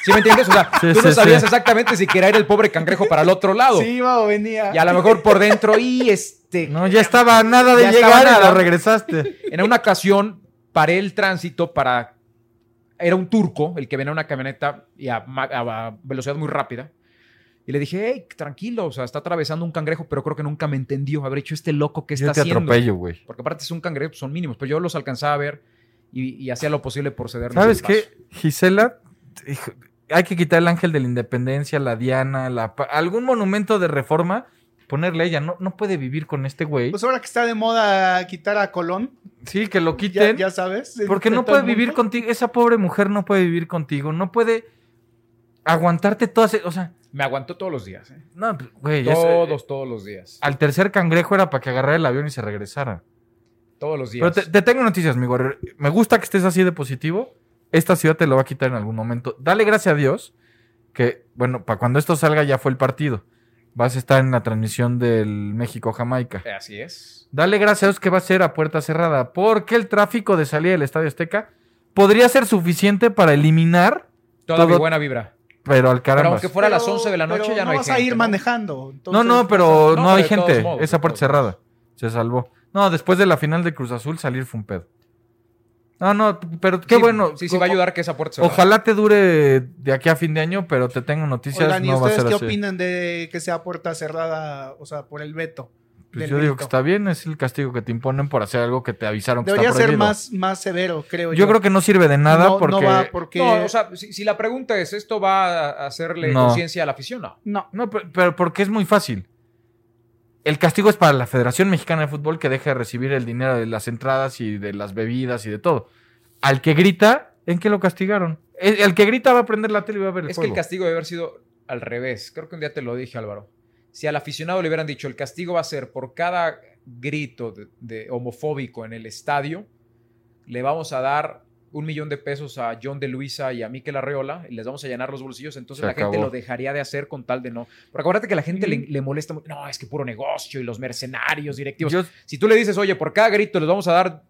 E: ¿Sí me entiendes? O sea,
D: Sí,
E: tú no
D: sí,
E: sabías
D: sí.
E: exactamente si quería ir el pobre cangrejo para el otro lado.
F: Sí, iba o venía.
E: Y a lo mejor por dentro, y este.
D: No, ya estaba a nada de
E: Ya estaba
D: llegar y
E: nada.
D: lo regresaste.
E: En una ocasión paré el tránsito para... Era un turco el que venía en una camioneta y a, ma- a- a velocidad muy rápida. Y le dije, hey, tranquilo, o sea, está atravesando un cangrejo, pero creo que nunca me entendió. Habré dicho, este loco que está
D: Yo te
E: haciendo.
D: atropello, güey.
E: Porque aparte es un cangrejo, pues, son mínimos, pero yo los alcanzaba a ver y, y hacía lo posible por cederme.
D: ¿Sabes qué? Gisela, hijo, hay que quitar el ángel de la independencia, la Diana, la pa- algún monumento de reforma, ponerle a ella. No, no puede vivir con este güey.
F: Pues ahora que está de moda quitar a Colón,
D: sí, que lo
F: ya,
D: quiten.
F: ya sabes.
D: porque
F: de
D: no
F: todo
D: puede
F: el
D: vivir
F: mundo.
D: contigo. Esa pobre mujer no puede vivir contigo. No puede aguantarte todas. e- O sea,
E: Me aguantó todos los días. ¿eh?
D: no, pues, güey. es-
E: Todos, todos los días.
D: al tercer cangrejo era para que agarrara el avión y se regresara.
E: Todos los
D: Pero
E: días.
D: te, te tengo noticias, mi guerrero. Me gusta que estés así de positivo. Esta ciudad te lo va a quitar en algún momento. Dale gracias a Dios que, bueno, para cuando esto salga ya fue el partido. Vas a estar en la transmisión del México-Jamaica.
E: Así es.
D: Dale gracias a Dios que va a ser a puerta cerrada, porque el tráfico de salida del Estadio Azteca podría ser suficiente para eliminar
E: Toda mi
D: Todo-
E: buena vibra.
D: pero al
E: Pero
D: caramba.
E: aunque fuera a las
F: Pero-
E: 11 de la noche
F: pero
E: ya no, hay
F: vas
E: gente.
F: a ir
E: ¿no?
F: manejando.
D: No,
F: entonces, pues,
D: no, pero
E: No,
D: no,
E: pero
D: hay
E: de todos
D: gente.
E: modos,
D: Esa
E: de
D: puerta
E: todos
D: cerrada. Se salvó. No, después de la final de Cruz Azul salir fue un pedo. No, no, pero qué
E: Sí,
D: bueno.
E: Sí, sí, va a ayudar que esa puerta se abra.
D: Ojalá te dure de aquí a fin de año, pero te tengo noticias.
F: Oigan, ¿y
D: no va a
F: ustedes
D: ser
F: qué
D: así.
F: opinan de que sea puerta cerrada, o sea, por el veto?
D: Pues
F: del
D: yo digo
F: grito?
D: que está bien, es el castigo que te imponen por hacer algo que te avisaron que
F: Debería
D: está
F: ser
D: prohibido.
F: más, más severo, creo yo.
D: Yo creo que no sirve de nada
F: no,
D: porque
F: no va porque
E: No, o sea, si, si la pregunta es, ¿esto va a hacerle
D: No.
E: conciencia a la afición? No.
F: no.
D: No, pero, pero porque es muy fácil. El castigo es para la Federación Mexicana de Fútbol que deje de recibir el dinero de las entradas y de las bebidas y de todo. Al que grita, ¿en qué lo castigaron? El, el que grita va a prender la tele y va a ver el
E: Es que
D: juego.
E: el castigo debe haber sido al revés. Creo que un día te lo dije, Álvaro. Si al aficionado le hubieran dicho el castigo va a ser por cada grito de, de homofóbico en el estadio, le vamos a dar un millón de pesos a John de Luisa y a Miquel Arreola y les vamos a llenar los bolsillos, entonces
D: Se
E: la gente
D: acabó.
E: lo dejaría de hacer con tal de no. Porque acuérdate que a la gente le, le molesta mucho. No, es que puro negocio y los mercenarios directivos.
D: Yo-
E: Si tú le dices, oye, por cada grito les vamos a dar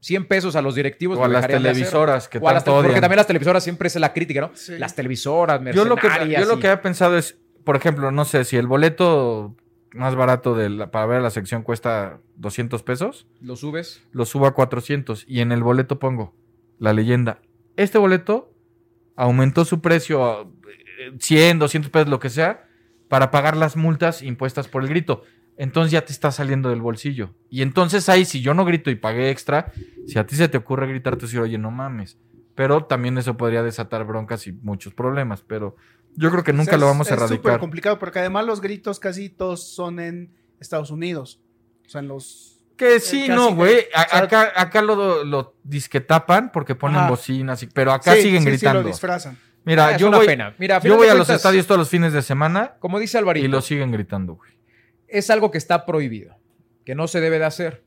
E: 100 pesos a los directivos,
D: o a
E: lo
D: las
E: dejarían de hacer.
D: televisoras que
E: O a las
D: tanto
E: te- porque
D: odian.
E: también las televisoras siempre es la crítica, ¿no?
F: Sí.
E: Las televisoras,
D: Yo lo que,
E: mercenarias.
D: yo lo
E: y-
D: que había pensado es, por ejemplo, no sé, si el boleto más barato de la- para ver la sección cuesta 200 pesos,
E: lo subes.
D: lo subo a 400 y en el boleto pongo la leyenda. Este boleto aumentó su precio a eh, 100, 200 pesos, lo que sea, para pagar las multas impuestas por el grito. Entonces ya te está saliendo del bolsillo. Y entonces ahí, si yo no grito y pagué extra, si a ti se te ocurre gritar, te decir, oye, no mames. Pero también eso podría desatar broncas y muchos problemas. Pero yo creo que nunca
F: Es-
D: lo vamos a
F: Es súper
D: erradicar.
F: complicado porque además los gritos casi todos son en Estados Unidos. O sea, en los...
D: Que sí,
F: casi
D: no,
F: que-
D: güey. A-
F: o sea-
D: acá, acá lo, lo disque tapan porque ponen
F: Ajá.
D: bocinas, y- pero acá
F: Sí,
D: siguen
F: sí, sí,
D: gritando.
F: lo disfrazan.
D: Mira,
E: Ah, es
D: yo
E: una
D: voy,
E: pena. Mira, a
D: yo
E: final
D: voy
E: de
D: a los
E: cuentas,
D: estadios todos los fines de semana
E: Como dice
D: y
E: Alvarito,
D: lo siguen gritando, güey.
E: es algo que está prohibido, que no se debe de hacer.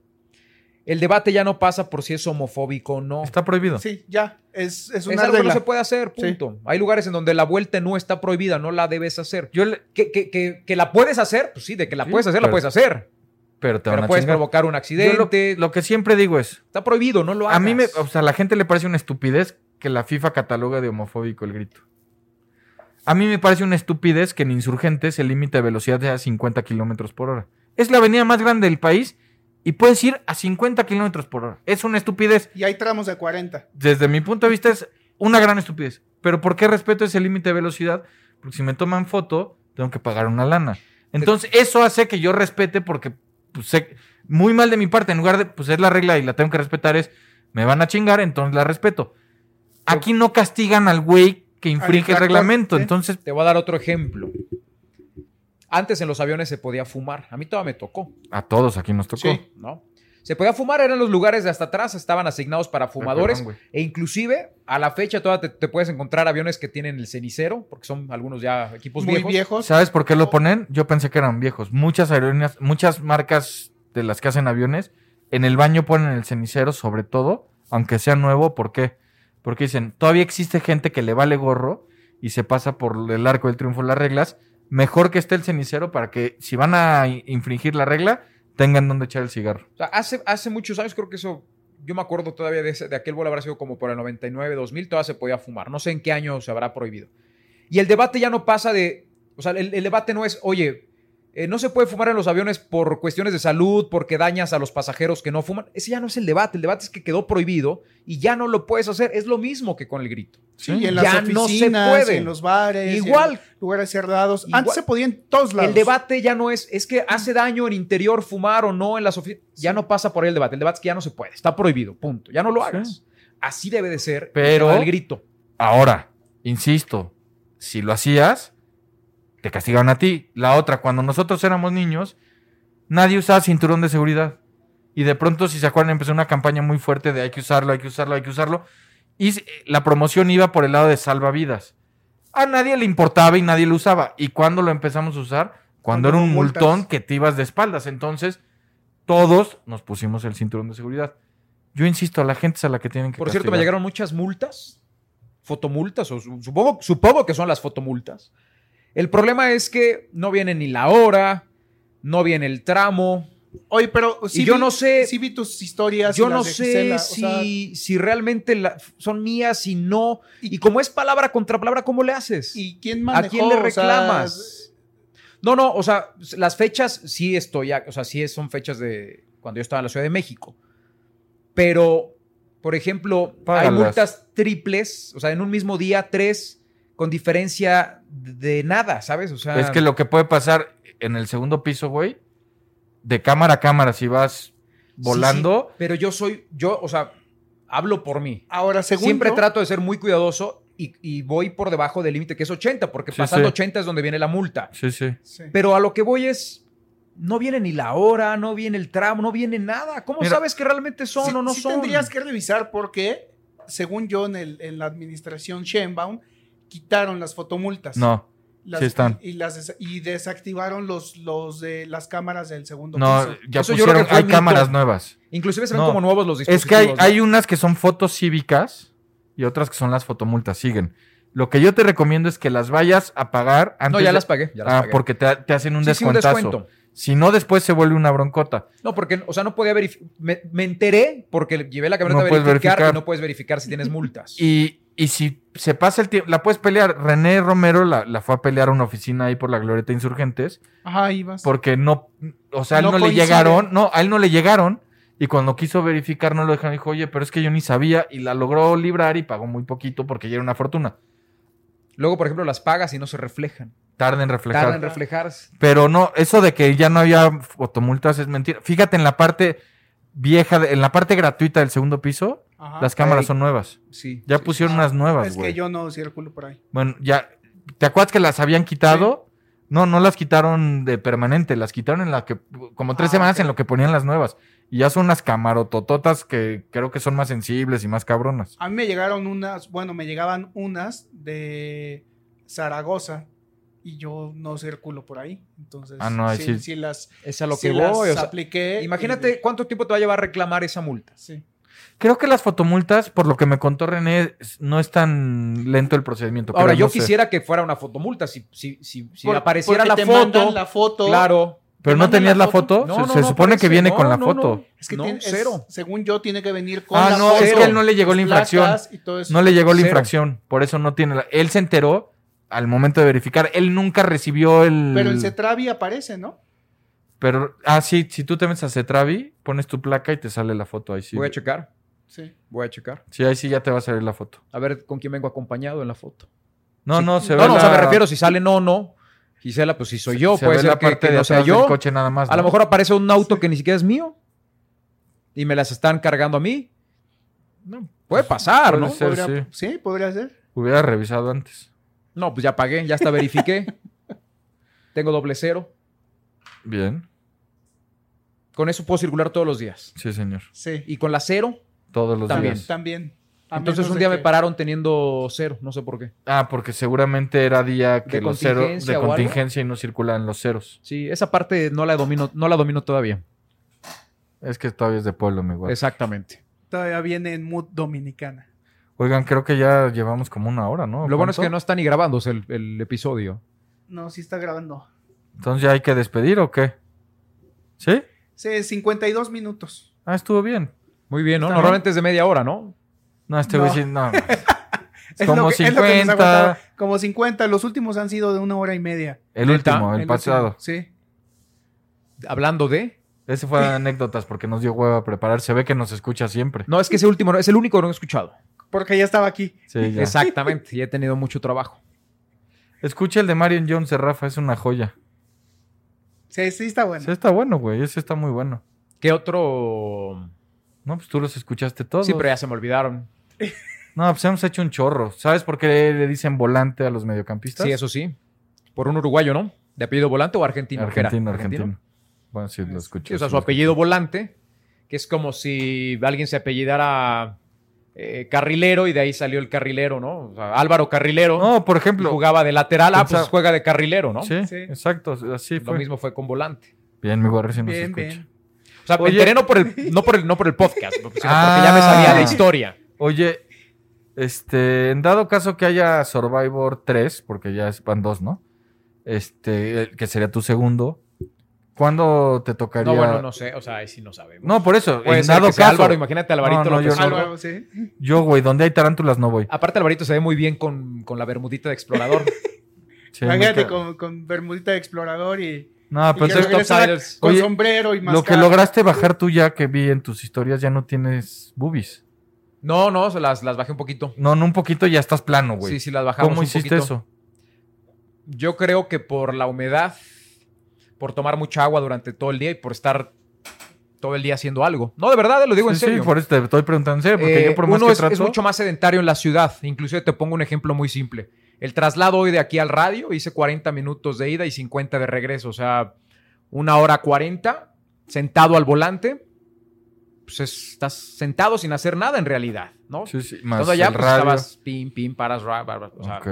E: El debate ya no pasa por si es homofóbico o no.
D: Está prohibido.
F: Sí, ya. Es, es
E: es
F: una
E: algo que no
F: regla.
E: se puede hacer, punto. Hay lugares en donde la vuelta no está prohibida, no la debes hacer.
D: Yo le-
E: Que, que- que- que la puedes hacer, pues sí, de que la
D: Sí,
E: puedes hacer,
D: pero-
E: la puedes hacer.
D: pero te van
E: Pero
D: a
E: puedes
D: chingar.
E: provocar un
D: Yo lo-
E: accidente.
D: lo, que siempre digo es,
E: está prohibido, no lo hagas.
D: a mí me, o sea, a la gente le parece una estupidez que la FIFA cataloga de homofóbico el grito. A mí me parece una estupidez que en Insurgentes el límite de velocidad sea 50 kilómetros por hora. Es la avenida más grande del país y puedes ir a 50 kilómetros por hora. Es una estupidez.
F: Y hay tramos de 40.
D: desde mi punto de vista es una gran estupidez. Pero ¿por qué respeto ese límite de velocidad? Porque si me toman foto, tengo que pagar una lana. Entonces, eso hace que yo respete porque pues, sé- muy mal de mi parte, en lugar de, pues es la regla y la tengo que respetar, es, me van a chingar, entonces la respeto. Aquí no castigan al güey que infringe el
F: infractor,
D: reglamento,
F: sí.
D: entonces
E: Te voy a dar otro ejemplo. Antes en los aviones se podía fumar. A mí todavía me tocó.
D: a todos aquí nos tocó.
F: Sí.
E: ¿no? Se podía fumar, eran los lugares de hasta atrás, estaban asignados para fumadores.
D: Ah, perdón, güey.
E: e inclusive, a la fecha, todavía te, te puedes encontrar aviones que tienen el cenicero, porque son algunos ya equipos
F: Muy
E: viejos.
F: viejos.
D: ¿Sabes por qué lo ponen? Yo pensé que eran viejos. Muchas aerolíneas, muchas marcas de las que hacen aviones, en el baño ponen el cenicero, sobre todo, aunque sea nuevo, ¿por qué? Porque dicen, todavía existe gente que le vale gorro y se pasa por el arco del triunfo las reglas. Mejor que esté el cenicero para que, si van a i- infringir la regla, tengan donde echar el cigarro.
E: O sea, hace, hace muchos años, creo que eso, yo me acuerdo todavía de, ese- de aquel vuelo, habrá sido como por el 99, 2000, todavía se podía fumar. No sé en qué año se habrá prohibido. Y el debate ya no pasa de, o sea, el, el debate no es, oye, eh, no se puede fumar en los aviones por cuestiones de salud, porque dañas a los pasajeros que no fuman. Ese ya no es el debate, el debate es que quedó prohibido y ya no lo puedes hacer. Es lo mismo que con el grito.
F: Sí, y en las
E: Ya no se
F: oficinas,
E: puede.
F: y en los bares, y en
E: Igual.
F: lugares cerrados.
E: Igual.
F: Antes se podía en todos lados.
E: El debate ya no es, es que hace daño en interior fumar o no en las oficinas. Ya no pasa por ahí el debate. El debate es que ya no se puede. Está prohibido. Punto. Ya no lo
D: Sí.
E: hagas. Así debe de ser.
D: Pero-
E: El grito.
D: Ahora, insisto, si lo hacías, te castigaban a ti. La otra, cuando nosotros éramos niños, nadie usaba cinturón de seguridad. Y de pronto, si se acuerdan, empezó una campaña muy fuerte de hay que usarlo, hay que usarlo, hay que usarlo. Y s- eh, la promoción iba por el lado de salvavidas. A nadie le importaba y nadie lo usaba. ¿Y cuándo lo empezamos a usar? Cuando
F: Cuando
D: era
F: hubo
D: un
F: multas.
D: multón que te ibas de espaldas. Entonces, todos nos pusimos el cinturón de seguridad. Yo insisto, a la gente es a la que tienen que
E: Por cierto, me
D: castigar.
E: llegaron muchas multas. Fotomultas. O su- supongo, supongo que son las fotomultas. El problema es que no viene ni la hora, no viene el tramo,
B: Oye, pero Pues sí
E: y yo
B: vi-
E: no sé,
B: sí vi tus historias.
E: yo
B: y las
E: no
B: de
E: sé
B: Gisela, o
E: si,
B: sea,
E: si realmente la- son mías, si no. Y, como es palabra contra palabra, ¿cómo le haces?
B: ¿Y quién
E: ¿A
B: manejó?
E: quién le
B: O sea,
E: reclamas? no, no, o sea, las fechas sí estoy, a- o sea, sí son fechas de cuando yo estaba en la Ciudad de México. Pero, por ejemplo, hay
D: Págalas.
E: multas triples, o sea, en un mismo día, tres, con diferencia de nada, ¿sabes? O sea,
D: Es que lo que puede pasar en el segundo piso, güey, de cámara a cámara, si vas volando,
E: Sí, sí, pero yo soy, yo, o sea, hablo por mí.
B: ahora, según
E: Siempre
B: yo-
E: trato de ser muy cuidadoso y, y voy por debajo del límite que es 80, porque
D: Sí,
E: pasando
D: sí.
E: 80 es donde viene la multa.
D: sí, sí.
B: Sí.
E: Pero a lo que voy es, no viene ni la hora, no viene el tramo, no viene nada. ¿Cómo
D: Mira,
E: sabes que realmente son
B: Sí-
E: o no
B: sí
E: son?
B: tendrías que revisar porque, según yo, en, el- en la administración Sheinbaum, quitaron las fotomultas.
D: No,
B: Las-
D: sí están.
B: Y, las des- y desactivaron los, los de las cámaras del segundo
D: no,
B: piso.
D: ya
E: Eso yo creo
D: pusieron,
E: que fue
D: hay
E: mito.
D: cámaras nuevas.
E: Inclusive se ven
D: No.
E: como nuevos los
D: Es
E: dispositivos.
D: que hay,
E: ¿no?
D: hay unas que son fotos cívicas y otras que son las fotomultas, siguen. Lo que yo te recomiendo es que las vayas a pagar antes
E: No, ya
D: de-
E: las pagué. ya las
D: ah,
E: pagué.
D: porque te, te hacen un
E: Sí, sí, un
D: descuentazo.
E: descuento.
D: Si no, después se vuelve una broncota.
E: No, porque, o sea, no podía verificar. Me, me enteré porque llevé la camioneta
D: No
E: a
D: puedes
E: verificar,
D: verificar.
E: y no puedes verificar si tienes multas.
D: Y, y si se pasa el tiempo, la puedes pelear. René Romero la, la fue a pelear a una oficina ahí por la Glorieta Insurgentes
B: Ajá, ahí vas.
D: porque no, o sea, a él
B: No
D: no, le
B: coincide.
D: llegaron, no, a él no le llegaron. Y cuando quiso verificar, no lo dejaron. Dijo, oye, pero es que yo ni sabía. Y la logró librar y pagó muy poquito porque ya era una fortuna.
E: Luego, por ejemplo, las pagas y no se reflejan.
D: Tarda en reflejar.
E: Tardan en reflejarse.
D: Pero no, eso de que ya no había fotomultas es mentira. Fíjate en la parte vieja, de- en la parte gratuita del segundo piso,
B: Ajá.
D: las cámaras
E: ahí.
D: son nuevas.
E: Sí.
D: Ya
E: sí,
D: pusieron
B: sí.
D: unas nuevas,
B: Ah, Es
D: güey.
B: que yo no circulo por ahí.
D: Bueno, ya. ¿Te acuerdas que las habían quitado? No, no las quitaron de permanente, las quitaron en la que, como tres
B: Ah,
D: semanas
B: ok.
D: en lo que ponían las nuevas. Y ya son unas camarotototas que creo que son más sensibles y más cabronas.
B: A mí me llegaron unas, bueno, me llegaban unas de Zaragoza y yo no circulo por ahí. Entonces,
D: Ah, no, ahí
B: sí,
D: sí.
B: sí las,
E: Es a lo
B: sí
E: que
B: las
E: voy. o sea,
D: pues
B: apliqué.
F: eh,
E: imagínate cuánto tiempo te va a llevar reclamar esa multa.
B: y- sí.
D: Creo que las fotomultas, por lo que me contó René, es- no es tan lento el procedimiento.
E: Ahora,
D: creo,
E: yo
D: no sé.
E: quisiera que fuera una fotomulta. Si, si, si, si
B: Por-
E: apareciera
B: porque
E: la
B: te
E: foto,
B: mandan la foto.
E: Claro.
D: Pero
B: ¿Te
D: no
B: mandan
D: tenías la foto,
E: No,
D: se,
E: no,
D: se
E: no
D: supone
E: aparece.
D: que viene
E: No,
D: con la
E: no,
D: foto.
E: no.
B: Es que
E: No,
B: tiene- es-
E: cero.
B: según yo, tiene que venir con.
D: Ah,
B: la
D: no,
B: foto,
D: es que él no le llegó la
B: las
D: infracción.
B: placas y todo eso.
D: No le llegó la
E: Cero.
D: infracción, por eso no tiene la... Él se enteró al momento de verificar, él nunca recibió el...
B: Pero en Cetravi aparece, ¿no?
D: Pero, ah, sí, si tú te metes a Cetravi, pones tu placa y te sale la foto ahí sí.
E: Voy a checar.
B: Sí.
E: Voy a checar.
D: Sí, ahí sí ya te va a salir la foto.
E: A ver con quién vengo acompañado en la foto.
D: No, no, se
E: no,
D: ve
E: no, o sea,
D: la-
E: me refiero si sale no no. Gisela, pues si soy yo,
D: se
E: puede
D: ve
E: ser
D: la
E: que-
D: parte
E: que
D: de
E: no sea
D: atrás
E: yo.
D: del coche nada más.
E: A lo
D: ¿no?
E: mejor aparece un auto que ni siquiera es mío y me las están cargando a mí. No, puede pasar,
D: Pues, puede
E: ¿no?
D: ser.
B: Podría-
D: Sí,
B: sí. podría ser.
D: Hubiera revisado antes.
E: No, pues ya pagué, ya hasta verifiqué. Tengo doble cero.
D: Bien.
E: Con eso puedo circular todos los días.
D: Sí, señor.
B: Sí.
E: Y con la cero,
D: Todos los
B: también,
D: días.
B: también. A
E: entonces
B: menos
E: un
B: de
E: día me
B: que-
E: pararon teniendo cero, no sé por qué.
D: Ah, porque seguramente era día que
E: ¿De
D: los ceros
E: contingencia
D: de
E: o algo?
D: contingencia y no circulan los ceros.
E: Sí, esa parte no la domino, no la domino todavía.
D: Es que todavía es de pueblo, mi güey.
E: Exactamente.
B: Todavía viene en mood dominicana.
D: Oigan, creo que ya llevamos como una hora, ¿no?
E: Lo bueno es
D: ¿Cuánto?
E: que no está ni grabándose el, el episodio.
B: No, sí está grabando.
D: Entonces ya hay que despedir o qué? ¿Sí?
B: Sí, 52 minutos.
D: Ah, estuvo bien.
E: Muy bien, ¿no?
B: Está bien.
E: Normalmente es de media hora, ¿no?
D: No, este
B: No.
D: güey sí, no.
B: Es
D: Como
B: lo que- es lo que nos ha
D: 50.
B: aguantado. como 50. Los últimos han sido de una hora y media.
D: El
E: Neta,
D: último, el,
B: último,
D: pasado.
B: Sí.
E: Hablando de.
D: Ese fue anécdotas porque nos dio hueva a preparar. Se ve que nos escucha siempre.
E: No, es que ese último no- es el único que no he escuchado.
B: Porque ya estaba aquí.
D: Sí, ya.
E: Exactamente, y he tenido mucho trabajo.
D: Escucha el de Marion Jones de Rafa, es una joya.
B: Sí, sí está bueno.
D: Ese está bueno, güey. Ese está muy bueno.
E: ¿Qué otro?
D: No, pues tú los escuchaste todos.
E: Sí, pero ya se me olvidaron.
D: No, pues hemos hecho un chorro. ¿Sabes por qué le dicen volante a los mediocampistas?
E: Sí, eso sí. Por un uruguayo, ¿no? ¿De apellido volante o argentino? ¿Qué era?
D: Argentino, argentino. Bueno, sí, lo escuché.
E: Sí, o sea, su apellido volante, que es como si alguien se apellidara eh, carrilero y de ahí salió el carrilero, ¿no? O sea, Álvaro Carrilero
D: No, por
E: y
D: ejemplo.
E: jugaba de lateral, ah,
D: Pensaba-
E: pues juega de carrilero, ¿no?
D: Sí,
B: Sí.
D: exacto. Así
E: Lo
D: fue.
E: mismo fue con volante.
D: Bien, mi guardia, si nos
B: Bien,
D: escucha.
B: bien.
E: O sea, me
D: Oye.
E: enteré no por el, no por el, no por el podcast, sino porque
D: Ah.
E: ya me sabía la historia.
D: Oye, este, en dado caso que haya Survivor 3, porque ya es- van dos, ¿no? Este, el que sería tu segundo, ¿Cuándo te tocaría?
E: No, bueno, no sé. O sea, ahí sí no sabemos.
D: No, por eso,
E: Puede
D: en
E: ser
D: dado
E: que sea
D: caso.
E: Álvaro, imagínate a Alvarito
D: No, no,
E: López
D: yo
E: Obrador.
F: Algo, sí.
D: Yo, güey, donde hay tarántulas no voy.
E: Aparte, Alvarito se ve muy bien con, con la bermudita de explorador.
D: Sí,
F: Imagínate
D: nunca-
F: con, con bermudita de explorador y,
D: No, pero
F: y que
E: entonces-
F: regresara
E: Topsiders.
F: con
D: Oye,
F: sombrero y máscara.
D: lo que lograste bajar tú ya que vi en tus historias ya no tienes boobies.
E: no, no, se las, las bajé un poquito.
D: No, en un poquito ya estás plano, güey.
E: Sí, sí, las bajamos
D: ¿Cómo
E: un
D: hiciste
E: poquito.
D: eso?
E: Yo creo que por la humedad, por tomar mucha agua durante todo el día y por estar todo el día haciendo algo. No, de verdad, lo digo en
D: Sí, sí,
E: serio.
D: por eso te estoy preguntando en serio, porque
E: Eh,
D: yo por más
E: uno
D: que
E: es,
D: trato...
E: es mucho más sedentario en la ciudad. Inclusive te pongo un ejemplo muy simple. El traslado hoy de aquí al radio hice 40 minutos de ida y 50 de regreso. O sea, una hora 40 sentado al volante. Pues es- estás sentado sin hacer nada en realidad, ¿no?
D: Sí, sí, más
E: Todo allá
D: el
E: pues,
D: radio.
E: estabas pim, pim, paras, ra, ra, ra, o sea,
D: Ok.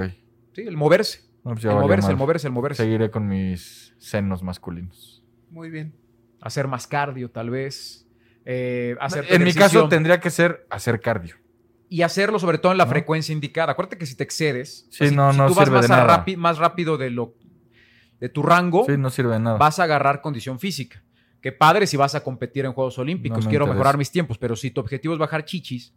E: Sí, el moverse.
D: No, pues ya
E: El
D: valió
E: moverse, el
D: madre.
E: moverse, el moverse.
D: Seguiré con mis senos masculinos.
F: Muy bien.
E: Hacer más cardio, tal vez. eh, hacer
D: En mi
E: ejercicio.
D: caso tendría que ser hacer cardio.
E: y hacerlo sobre todo en la
D: ¿No?
E: frecuencia indicada. Acuérdate que si te excedes,
D: Sí,
E: si,
D: no,
E: si
D: no
E: tú vas
D: sirve
E: más,
D: de
E: a
D: nada.
E: rapi- más rápido de lo de tu rango,
D: Sí, no sirve de nada.
E: Oh, vas a agarrar condición física. Qué padre si vas a competir en Juegos Olímpicos.
D: No me
E: Quiero
D: interesa.
E: mejorar mis tiempos, pero si tu objetivo es bajar chichis,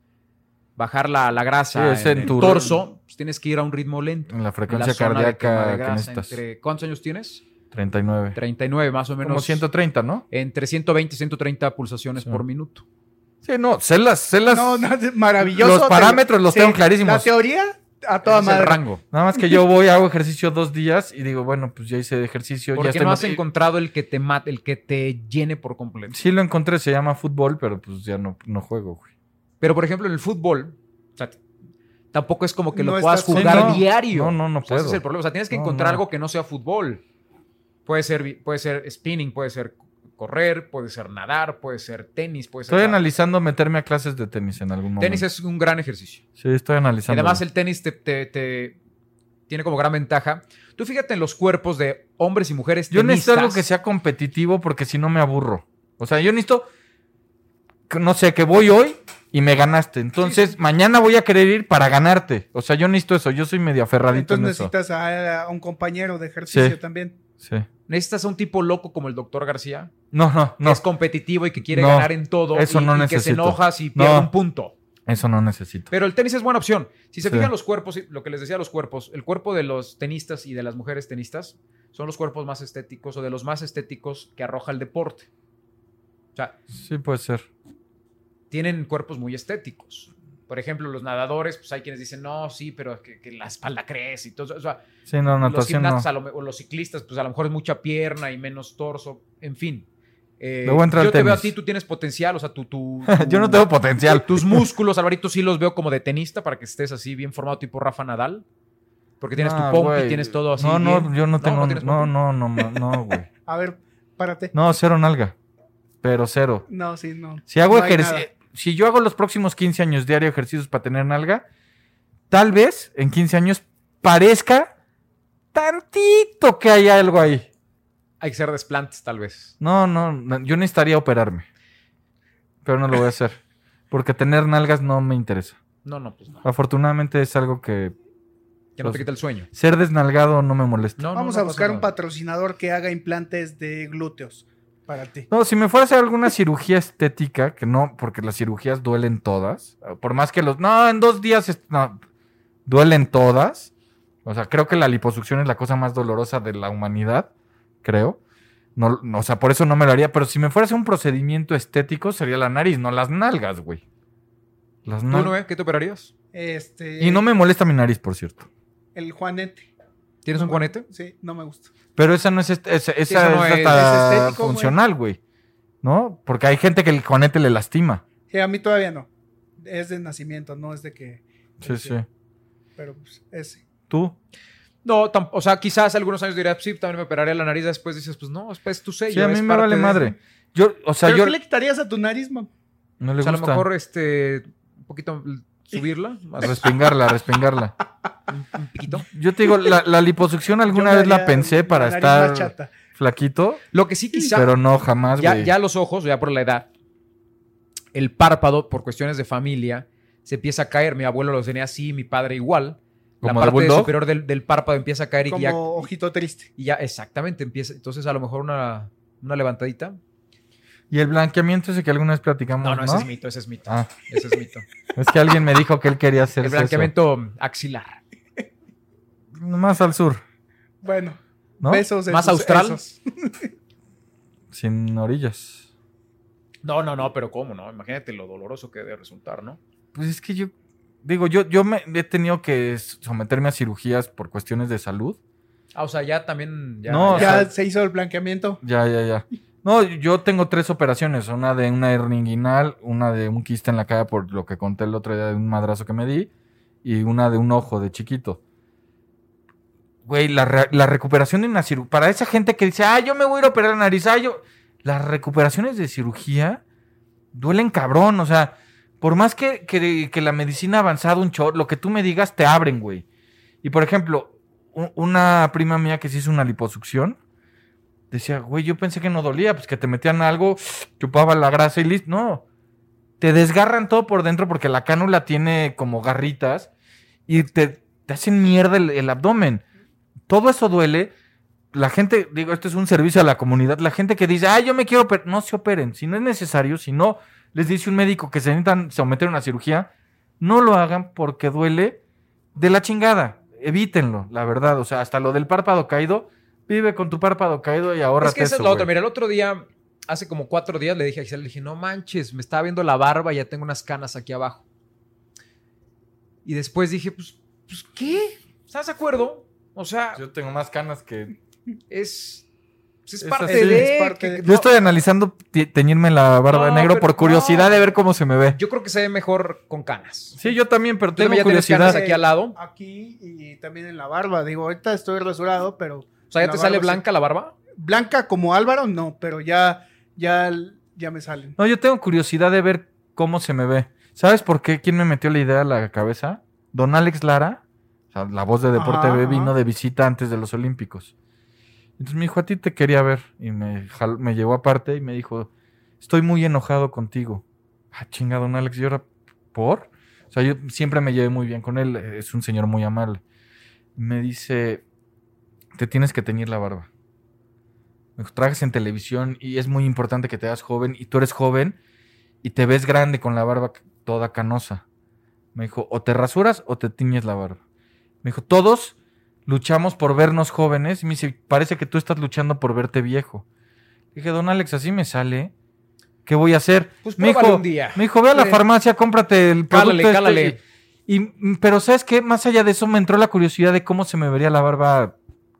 E: bajar la, la
D: Sí,
E: grasa
D: es
E: en
D: en
E: el
D: tu-
E: torso, pues tienes que ir a un ritmo lento.
D: En la
E: En la
D: frecuencia
E: zona de quema de
D: cardíaca que
E: grasa,
D: necesitas.
E: entre- ¿Cuántos años tienes?
D: 39.
E: 39, más o menos.
D: Como 130, ¿no?
E: Entre 120 y 130 pulsaciones
D: Sí.
E: por minuto.
D: Sí, no, celas, celas.
F: No, no, maravilloso.
D: Los parámetros los tengo clarísimos.
F: La teoría a toda
E: Ese es
F: madre.
E: el rango.
D: Nada más que yo voy, hago ejercicio dos días y digo, bueno, pues ya hice ejercicio. ya
E: Porque
D: estoy
E: no
D: más-
E: has encontrado el que te mate, el que te llene por completo.
D: Sí lo encontré, se llama fútbol, pero pues ya no, no juego, güey.
E: Pero, por ejemplo, en el fútbol, o sea, t- tampoco es como que
F: No
E: lo puedas
F: estás-
D: Sí,
E: jugar
D: no.
E: diario.
D: No, no, no
E: O sea, Pues Ese
D: puedo.
E: es el problema. O sea, tienes que
D: No,
E: encontrar
D: no.
E: algo que no sea fútbol. Puede ser, vi- puede ser spinning, puede ser correr, puede ser nadar, puede ser tenis, puede ser.
D: Estoy
E: o sea,
D: analizando meterme a clases de tenis en algún momento.
E: Tenis es un gran ejercicio.
D: Sí, estoy
E: Y
D: analizando.
E: además, el tenis te, te- te- tiene como gran ventaja. Tú fíjate en los cuerpos de hombres y mujeres.
D: Yo necesito algo
E: tenistas.
D: que sea competitivo porque si no me aburro. O sea, yo necesito, que- no sé, que voy hoy y me ganaste. Entonces, mañana voy a querer ir para ganarte. O sea, yo necesito eso. Yo soy medio aferradito
F: Entonces
D: en eso.
F: necesitas a, a un compañero de ejercicio
D: Sí.
F: también.
D: Sí.
E: Necesitas a un tipo loco como el doctor García.
D: No, no,
E: que
D: no.
E: es competitivo y que quiere
D: No,
E: ganar en todo
D: eso
E: y,
D: no
E: y que se
D: necesito.
E: enoja si pierde
D: No.
E: un punto.
D: Eso no necesito.
E: Pero el tenis es buena opción. Si se
D: Sí.
E: fijan los cuerpos, lo que les decía los cuerpos, el cuerpo de los tenistas y de las mujeres tenistas son los cuerpos más estéticos o de los más estéticos que arroja el deporte. O sea,
D: Sí, puede ser.
E: tienen cuerpos muy estéticos. Por ejemplo, los nadadores, pues hay quienes dicen, no, sí, pero que, que la espalda crece y todo. eso". O sea,
D: Sí, no,
E: los
D: natación no.
E: gimnastas a lo me- o los ciclistas, pues a lo mejor es mucha pierna y menos torso, en fin. Eh,
D: Le voy a entrar
E: yo
D: al
E: te veo a
D: tenis.
E: ti, tú tienes potencial, o sea, tú... tú,
D: Yo no
E: tú-
D: tengo potencial.
E: Tus músculos, Alvarito, sí los veo como de tenista para que estés así bien formado, tipo Rafa Nadal. Porque tienes
D: Ah,
E: tu pompi,
D: güey.
E: tienes todo así.
D: No, no,
E: bien.
D: yo no tengo.
E: tienes
D: No,
E: pompi.
D: no, no, no, no, güey.
F: A ver, párate.
D: No, cero nalga. Pero cero.
F: No, sí, no.
D: Si hago
F: No hay
D: ejerci-
F: nada.
D: si yo hago los próximos 15 años diario ejercicios para tener nalga, tal vez en 15 años parezca tantito que hay algo ahí.
E: Hay que ser desplantes, tal vez.
D: No, no, no, yo necesitaría operarme. Pero no lo voy a hacer. Porque tener nalgas no me interesa.
E: No, no, pues no.
D: Afortunadamente es algo que
E: Que no te
D: Pues-
E: quita el sueño.
D: ser desnalgado no me molesta.
E: No, no,
F: Vamos
E: no
F: a
E: pasa
F: buscar un
E: nada.
F: patrocinador que haga implantes de glúteos para ti.
D: No, si me fuera a hacer alguna cirugía estética, que no, porque las cirugías duelen todas. Por más que los. No, en dos días. est- no, duelen todas. O sea, creo que la liposucción es la cosa más dolorosa de la humanidad. Creo. No, no, o sea, por eso no me lo haría. Pero si me fuera a hacer un procedimiento estético, sería la nariz, no las nalgas, güey. Las
E: ¿Tú,
D: nalgas.
E: Noé, qué te operarías?
F: Este.
D: Y no me molesta mi nariz, por cierto.
F: El Juanete.
E: ¿Tienes un juanete?
F: Sí, no me gusta.
D: Pero esa no es. est- esa esa
E: eso no
D: es
E: es-
D: hasta
F: es estético, güey.
D: funcional, güey. ¿No? Porque hay gente que el conete le lastima.
F: Sí, a mí todavía no. Es de nacimiento, no es de que.
D: Sí, sí.
F: Pero pues, ese.
D: ¿Tú?
E: No, tam- o sea, quizás algunos años diría, sí, también me operaría la nariz. Después dices, pues no, es pues, tu sello.
D: Sí, a mí
E: es
D: me
E: parte
D: vale
E: de-
D: madre. Yo, o sea,
F: ¿Pero
D: yo
F: qué le quitarías a tu nariz, mam?
D: no le
E: O sea,
D: gusta
E: a lo mejor, este, un poquito l- subirla, más
D: respingarla, respingarla.
E: un piquito.
D: Yo te digo, la, la liposucción alguna
F: Yo
D: vez
F: me
D: la
F: haría
D: pensé
F: una
D: para
F: nariz
D: estar
F: más chata.
D: flaquito,
E: Lo que sí quizá...
D: pero no jamás,
E: ya,
D: güey.
E: ya los ojos, ya por la edad, el párpado, por cuestiones de familia, se empieza a caer. Mi abuelo lo tenía así, mi padre igual. La
D: ¿Como de
E: parte
D: bulldog?
E: superior del, del párpado empieza a caer y
F: Como
E: ya,
F: ojito triste.
E: y ya exactamente empieza. Entonces, a lo mejor una, una una levantadita.
D: Y el blanqueamiento ese que alguna vez platicamos,
E: No,
D: ¿no?
E: no, ese es mito, ese es mito.
D: Ah.
E: Ese es mito.
D: Es que alguien me dijo que él quería hacer
E: El blanqueamiento axilar.
D: Más al sur,
F: Bueno,
D: ¿no?
F: besos. en
E: ¿Más
F: sus
E: austral?
F: sesos.
D: Sin orillas.
E: No, no, no, pero ¿cómo no? Imagínate lo doloroso que debe resultar, ¿no?
D: Pues es que yo, digo, yo, yo me, he tenido que someterme a cirugías por cuestiones de salud.
E: Ah, o sea, ya también. Ya,
D: No, o
E: ya-
F: ya
D: sea-
F: se hizo el blanqueamiento.
D: Ya, ya, ya. No, yo tengo tres operaciones, una de una herninguinal, una de un quiste en la cara por lo que conté el otro día de un madrazo que me di y una de un ojo de chiquito. Güey, la, re- la recuperación de una cirugía, para esa gente que dice, ah, yo me voy a ir a operar la nariz, ah, yo... Las recuperaciones de cirugía duelen cabrón, o sea, por más que, que- que la medicina ha avanzado un chorro, lo que tú me digas te abren, güey. Y por ejemplo, u- una prima mía que se hizo una liposucción, decía, güey, yo pensé que no dolía, pues que te metían algo, chupaba la grasa y listo. No, te desgarran todo por dentro porque la cánula tiene como garritas y te, te hacen mierda el, el abdomen. Todo eso duele. La gente, digo, esto es un servicio a la comunidad. La gente que dice, ah, yo me quiero operar, no se operen. Si no es necesario, si no les dice un médico que se necesitan someter a una cirugía, no lo hagan porque duele de la chingada. Evítenlo, la verdad. O sea, hasta lo del párpado caído, vive con tu párpado caído y ahorra
E: Es que esa es la otra. Mira, el otro día, hace como cuatro días, le dije a Giselle, le dije, no manches, me estaba viendo la barba y ya tengo unas canas aquí abajo. Y después dije, pues, pues ¿qué? ¿Estás de acuerdo? O sea,
D: Yo tengo más canas que
E: es, pues, es
D: Es
E: parte
D: así.
E: de...
F: Es parte
E: que-
F: de-
E: no,
D: Yo estoy analizando te- teñirme la barba de
E: No,
D: negro
E: pero
D: por curiosidad
E: no.
D: de ver cómo se me ve.
E: yo creo que se ve mejor con canas.
D: Sí, yo también, pero
E: Tú también
D: tengo
E: ya tienes canas
D: curiosidad.
E: aquí al lado. O
F: Aquí y también en la barba. Digo, ahorita estoy rasurado, pero
E: sea, ¿ya
F: La
E: te
F: barba
E: sale
F: sí.
E: blanca la barba?
F: blanca como Álvaro, no, pero ya, ya, ya me salen.
D: No, yo tengo curiosidad de ver cómo se me ve. ¿Sabes por qué? ¿Quién me metió la idea a la cabeza? Don Alex Lara, o sea, la voz de Deporte
F: Ajá,
D: B,
F: ajá.
D: vino de visita antes de los Olímpicos. Entonces me dijo, a ti te quería ver. Y me, jal- me llevó aparte y me dijo, estoy muy enojado contigo. Ah, chinga, don Alex, ¿y ahora por? O sea, yo siempre me llevé muy bien con él. Es un señor muy amable. Me dice, te tienes que teñir la barba. Me dijo, trabajas en televisión y es muy importante que te hagas joven. Y tú eres joven y te ves grande con la barba toda canosa. Me dijo, o te rasuras o te tiñes la barba. Me dijo, todos luchamos por vernos jóvenes. Y me dice, parece que tú estás luchando por verte viejo. Dije, don Alex, así me sale. ¿Qué voy a hacer?
E: Pues
D: me
E: pruébalo
D: dijo,
E: un día.
D: me dijo, ve a la
E: Eh.
D: farmacia, cómprate el producto.
E: Cálale,
D: este".
E: cálale.
D: Y, mm, pero ¿sabes qué? Más allá de eso me entró la curiosidad de cómo se me vería la barba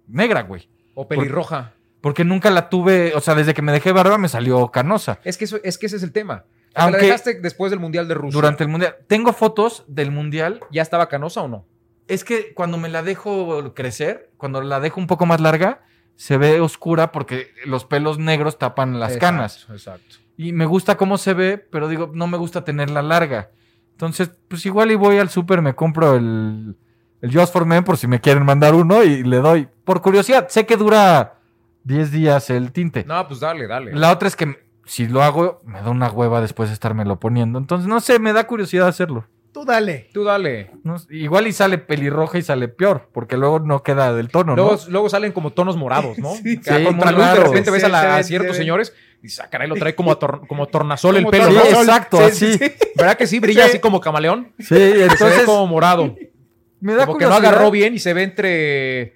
D: negra, güey.
E: O pelirroja.
D: Porque nunca la tuve, o sea, desde que me dejé barba me salió canosa.
E: Es que, eso, es que ese es el tema. O sea, te
D: Aunque-
E: la dejaste después del Mundial de Rusia.
D: Durante el mundial. Tengo fotos del mundial.
E: ¿Ya estaba canosa o no?
D: Es que cuando me la dejo crecer, cuando la dejo un poco más larga, se ve oscura porque los pelos negros tapan las
E: Exacto,
D: canas.
E: Exacto.
D: Y me gusta cómo se ve, pero digo, no me gusta tenerla larga. Entonces, pues igual y voy al súper, me compro el, el Just for Men por si me quieren mandar uno y le doy. Por curiosidad, sé que dura 10 días el tinte.
E: No, pues dale, dale.
D: La otra es que m- si lo hago, me da una hueva después de estármelo poniendo. Entonces, no sé, me da curiosidad hacerlo.
F: Tú dale.
E: Tú dale.
D: No sé, igual y sale pelirroja y sale peor, porque luego no queda del tono, ¿no?
E: Luego, luego salen como tonos morados, ¿no?
F: Sí,
E: Que a
D: sí,
E: contraluz,
D: muy
E: de
D: raro.
E: repente ves a,
F: Sí,
E: la-
F: se ven,
E: a ciertos
F: se ven.
E: señores y dices, "Ah, caray, lo trae como, a tor- como tornasol el
F: Como
E: pelo,
D: Sí,
E: ¿no?
F: tornasol.
D: exacto,
F: Sí,
D: así.
F: sí, sí.
E: ¿Verdad que sí? Brilla
F: Sí.
E: así como camaleón.
D: Sí,
E: Entonces,
D: entonces
E: como morado.
D: me da
E: Como que no
D: curiosidad.
E: agarró bien y se ve entre,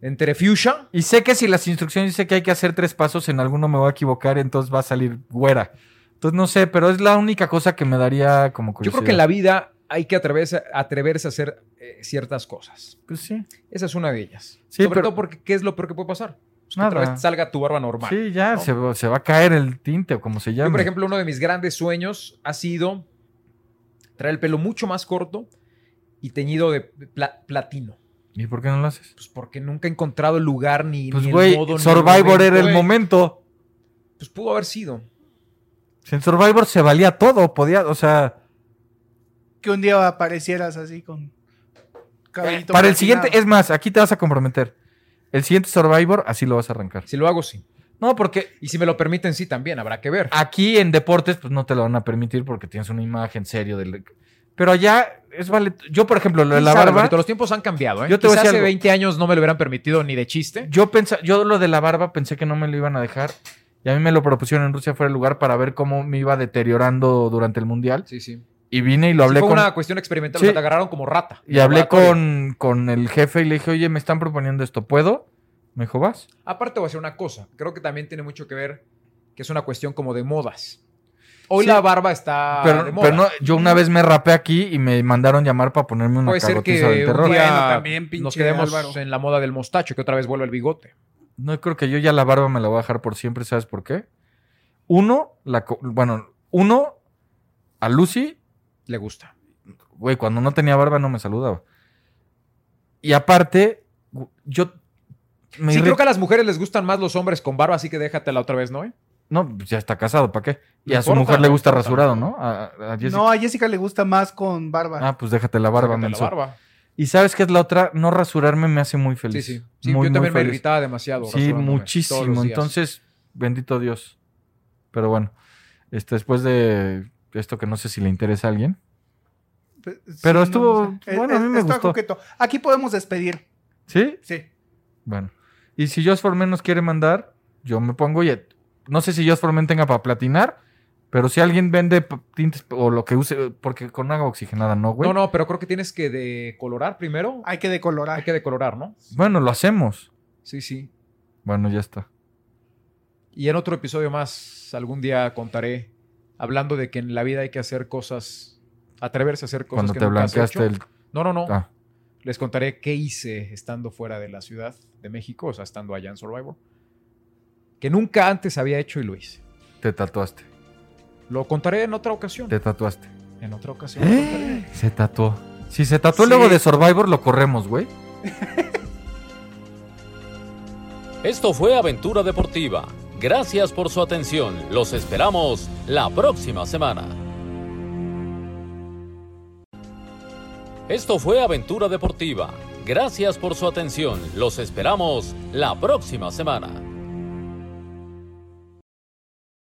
E: entre fuchsia.
D: Y sé que si las instrucciones dice que hay que hacer tres pasos, en alguno me voy a equivocar, entonces va a salir güera. Entonces no sé, pero es la única cosa que me daría como
E: Yo
D: curiosidad.
E: creo que en la vida hay que atreverse, atreverse a hacer eh, ciertas cosas.
D: Pues sí.
E: Esa es una de ellas.
D: Sí,
E: Sobre
D: pero-
E: todo porque ¿qué es lo peor que puede pasar? Pues que
D: Nada.
E: otra vez te salga tu barba normal.
D: Sí, ya
E: ¿no?
D: se, va- se va a caer el tinte o como se llama.
E: Yo, por ejemplo, uno de mis grandes sueños ha sido traer el pelo mucho más corto y teñido de pla- platino.
D: ¿Y por qué no lo haces?
E: Pues porque nunca he encontrado el lugar ni,
D: Pues
E: ni
D: güey,
E: el modo. ni
D: Survivor era el
E: momento.
D: momento.
E: Pues pudo haber sido.
D: Si En Survivor se valía todo, podía, o sea,
F: Que un día aparecieras así con cabellito.
D: para el
F: platinado.
D: siguiente, eh, es más, aquí te vas a comprometer. El siguiente Survivor, así lo vas a arrancar.
E: Si lo hago, sí.
D: No, porque Ah,
E: Y si me lo permiten, sí, también. Habrá que ver.
D: aquí en deportes, pues no te lo van a permitir porque tienes una imagen serio del. Pero allá es vale. Yo, por ejemplo, lo de
E: Quién
D: la
E: sabe,
D: barba.
E: Manolito, los tiempos han cambiado, ¿eh?
D: Yo te voy a
E: Quizá
D: decir
E: hace
D: algo.
E: 20 años no me lo hubieran permitido ni de chiste.
D: Yo pensa- yo lo de la barba pensé que no me lo iban a dejar. Y Y a mí me lo propusieron en Rusia fuera de lugar para ver cómo me iba deteriorando durante el mundial.
E: Sí, sí.
D: Y vine y lo
E: Sí
D: hablé
E: fue
D: con.
E: una cuestión experimental,
D: Sí.
E: o sea, te agarraron como rata.
D: Y hablé
E: Laboratorio.
D: con, con el jefe y le dije, oye, me están proponiendo esto, ¿puedo? Me dijo, vas.
E: Aparte voy a decir una cosa, creo que también tiene mucho que ver que es una cuestión como de modas. Hoy
D: Sí.
E: la barba está
D: pero
E: Ah, de moda.
D: pero no, yo una vez me rapé aquí y me mandaron llamar para ponerme una
E: Puede ser que
D: cagotiza del
E: un
D: terror.
E: día
F: Bueno, también,
E: nos
F: pinche
E: quedemos
F: Álvaro.
E: en la moda del mostacho, que otra vez vuelva el bigote.
D: No creo que yo ya la barba me la voy a dejar por siempre, ¿sabes por qué? Uno, la co- bueno, uno, a Lucy,
E: Le gusta.
D: güey, cuando no tenía barba no me saludaba. Y aparte, gu- yo me
E: sí,
D: irri-
E: creo que a las mujeres les gustan más los hombres con barba, así que déjatela otra vez, ¿no? eh?
D: No, pues ya está casado, ¿para qué? Y
E: No
D: a su
E: importa,
D: mujer le
E: no
D: gusta
E: importa.
D: rasurado, ¿no? A, a Jessica.
F: No, a Jessica le gusta más con barba.
D: Ah, pues déjate la barba,
E: Déjate la
D: menso.
E: barba.
D: Y sabes qué es la otra, no rasurarme me hace muy feliz.
E: Sí, sí. Sí,
D: Muy,
E: yo
D: muy
E: también me
D: feliz.
E: irritaba demasiado.
D: Sí,
E: rasurándome todos
D: muchísimo.
E: los días.
D: Entonces, bendito Dios. Pero bueno, este, después de esto que no sé si le interesa a alguien.
F: Pe- sí,
D: Pero
F: no,
D: estuvo-
F: no sé.
D: bueno, a mí me
F: está
D: gustó.
F: coqueto. Aquí podemos despedir.
D: ¿Sí?
F: Sí.
D: Bueno. Y si Josh Forman nos quiere mandar, yo me pongo y no sé si Josh Forman tenga para platinar, pero si alguien vende p- tintes o lo que use, porque con agua oxigenada no, güey.
E: No, no, pero creo que tienes que decolorar primero.
F: Hay que decolorar.
E: Hay que decolorar, ¿no?
D: Bueno, lo hacemos.
E: Sí, sí.
D: Bueno, ya está.
E: Y en otro episodio más, algún día contaré hablando de que en la vida hay que hacer cosas, atreverse a hacer cosas
D: Cuando
E: que
D: te
E: nunca has
D: blanqueaste
E: hecho.
D: el.
E: No, no, no.
D: Ah,
E: Les contaré qué hice estando fuera de la ciudad de México, o sea, estando allá en Survivor, que nunca antes había hecho y lo hice.
D: te tatuaste.
E: Lo contaré en otra ocasión.
D: Te tatuaste.
E: En otra ocasión. lo contaré.
D: ¡Eh! Se tatuó. Si se tatuó
F: Sí.
D: luego de Survivor, lo corremos, güey.
A: Esto fue Aventura Deportiva. Gracias por su atención. Los esperamos la próxima semana. Esto fue Aventura Deportiva. Gracias por su atención. Los esperamos la próxima semana.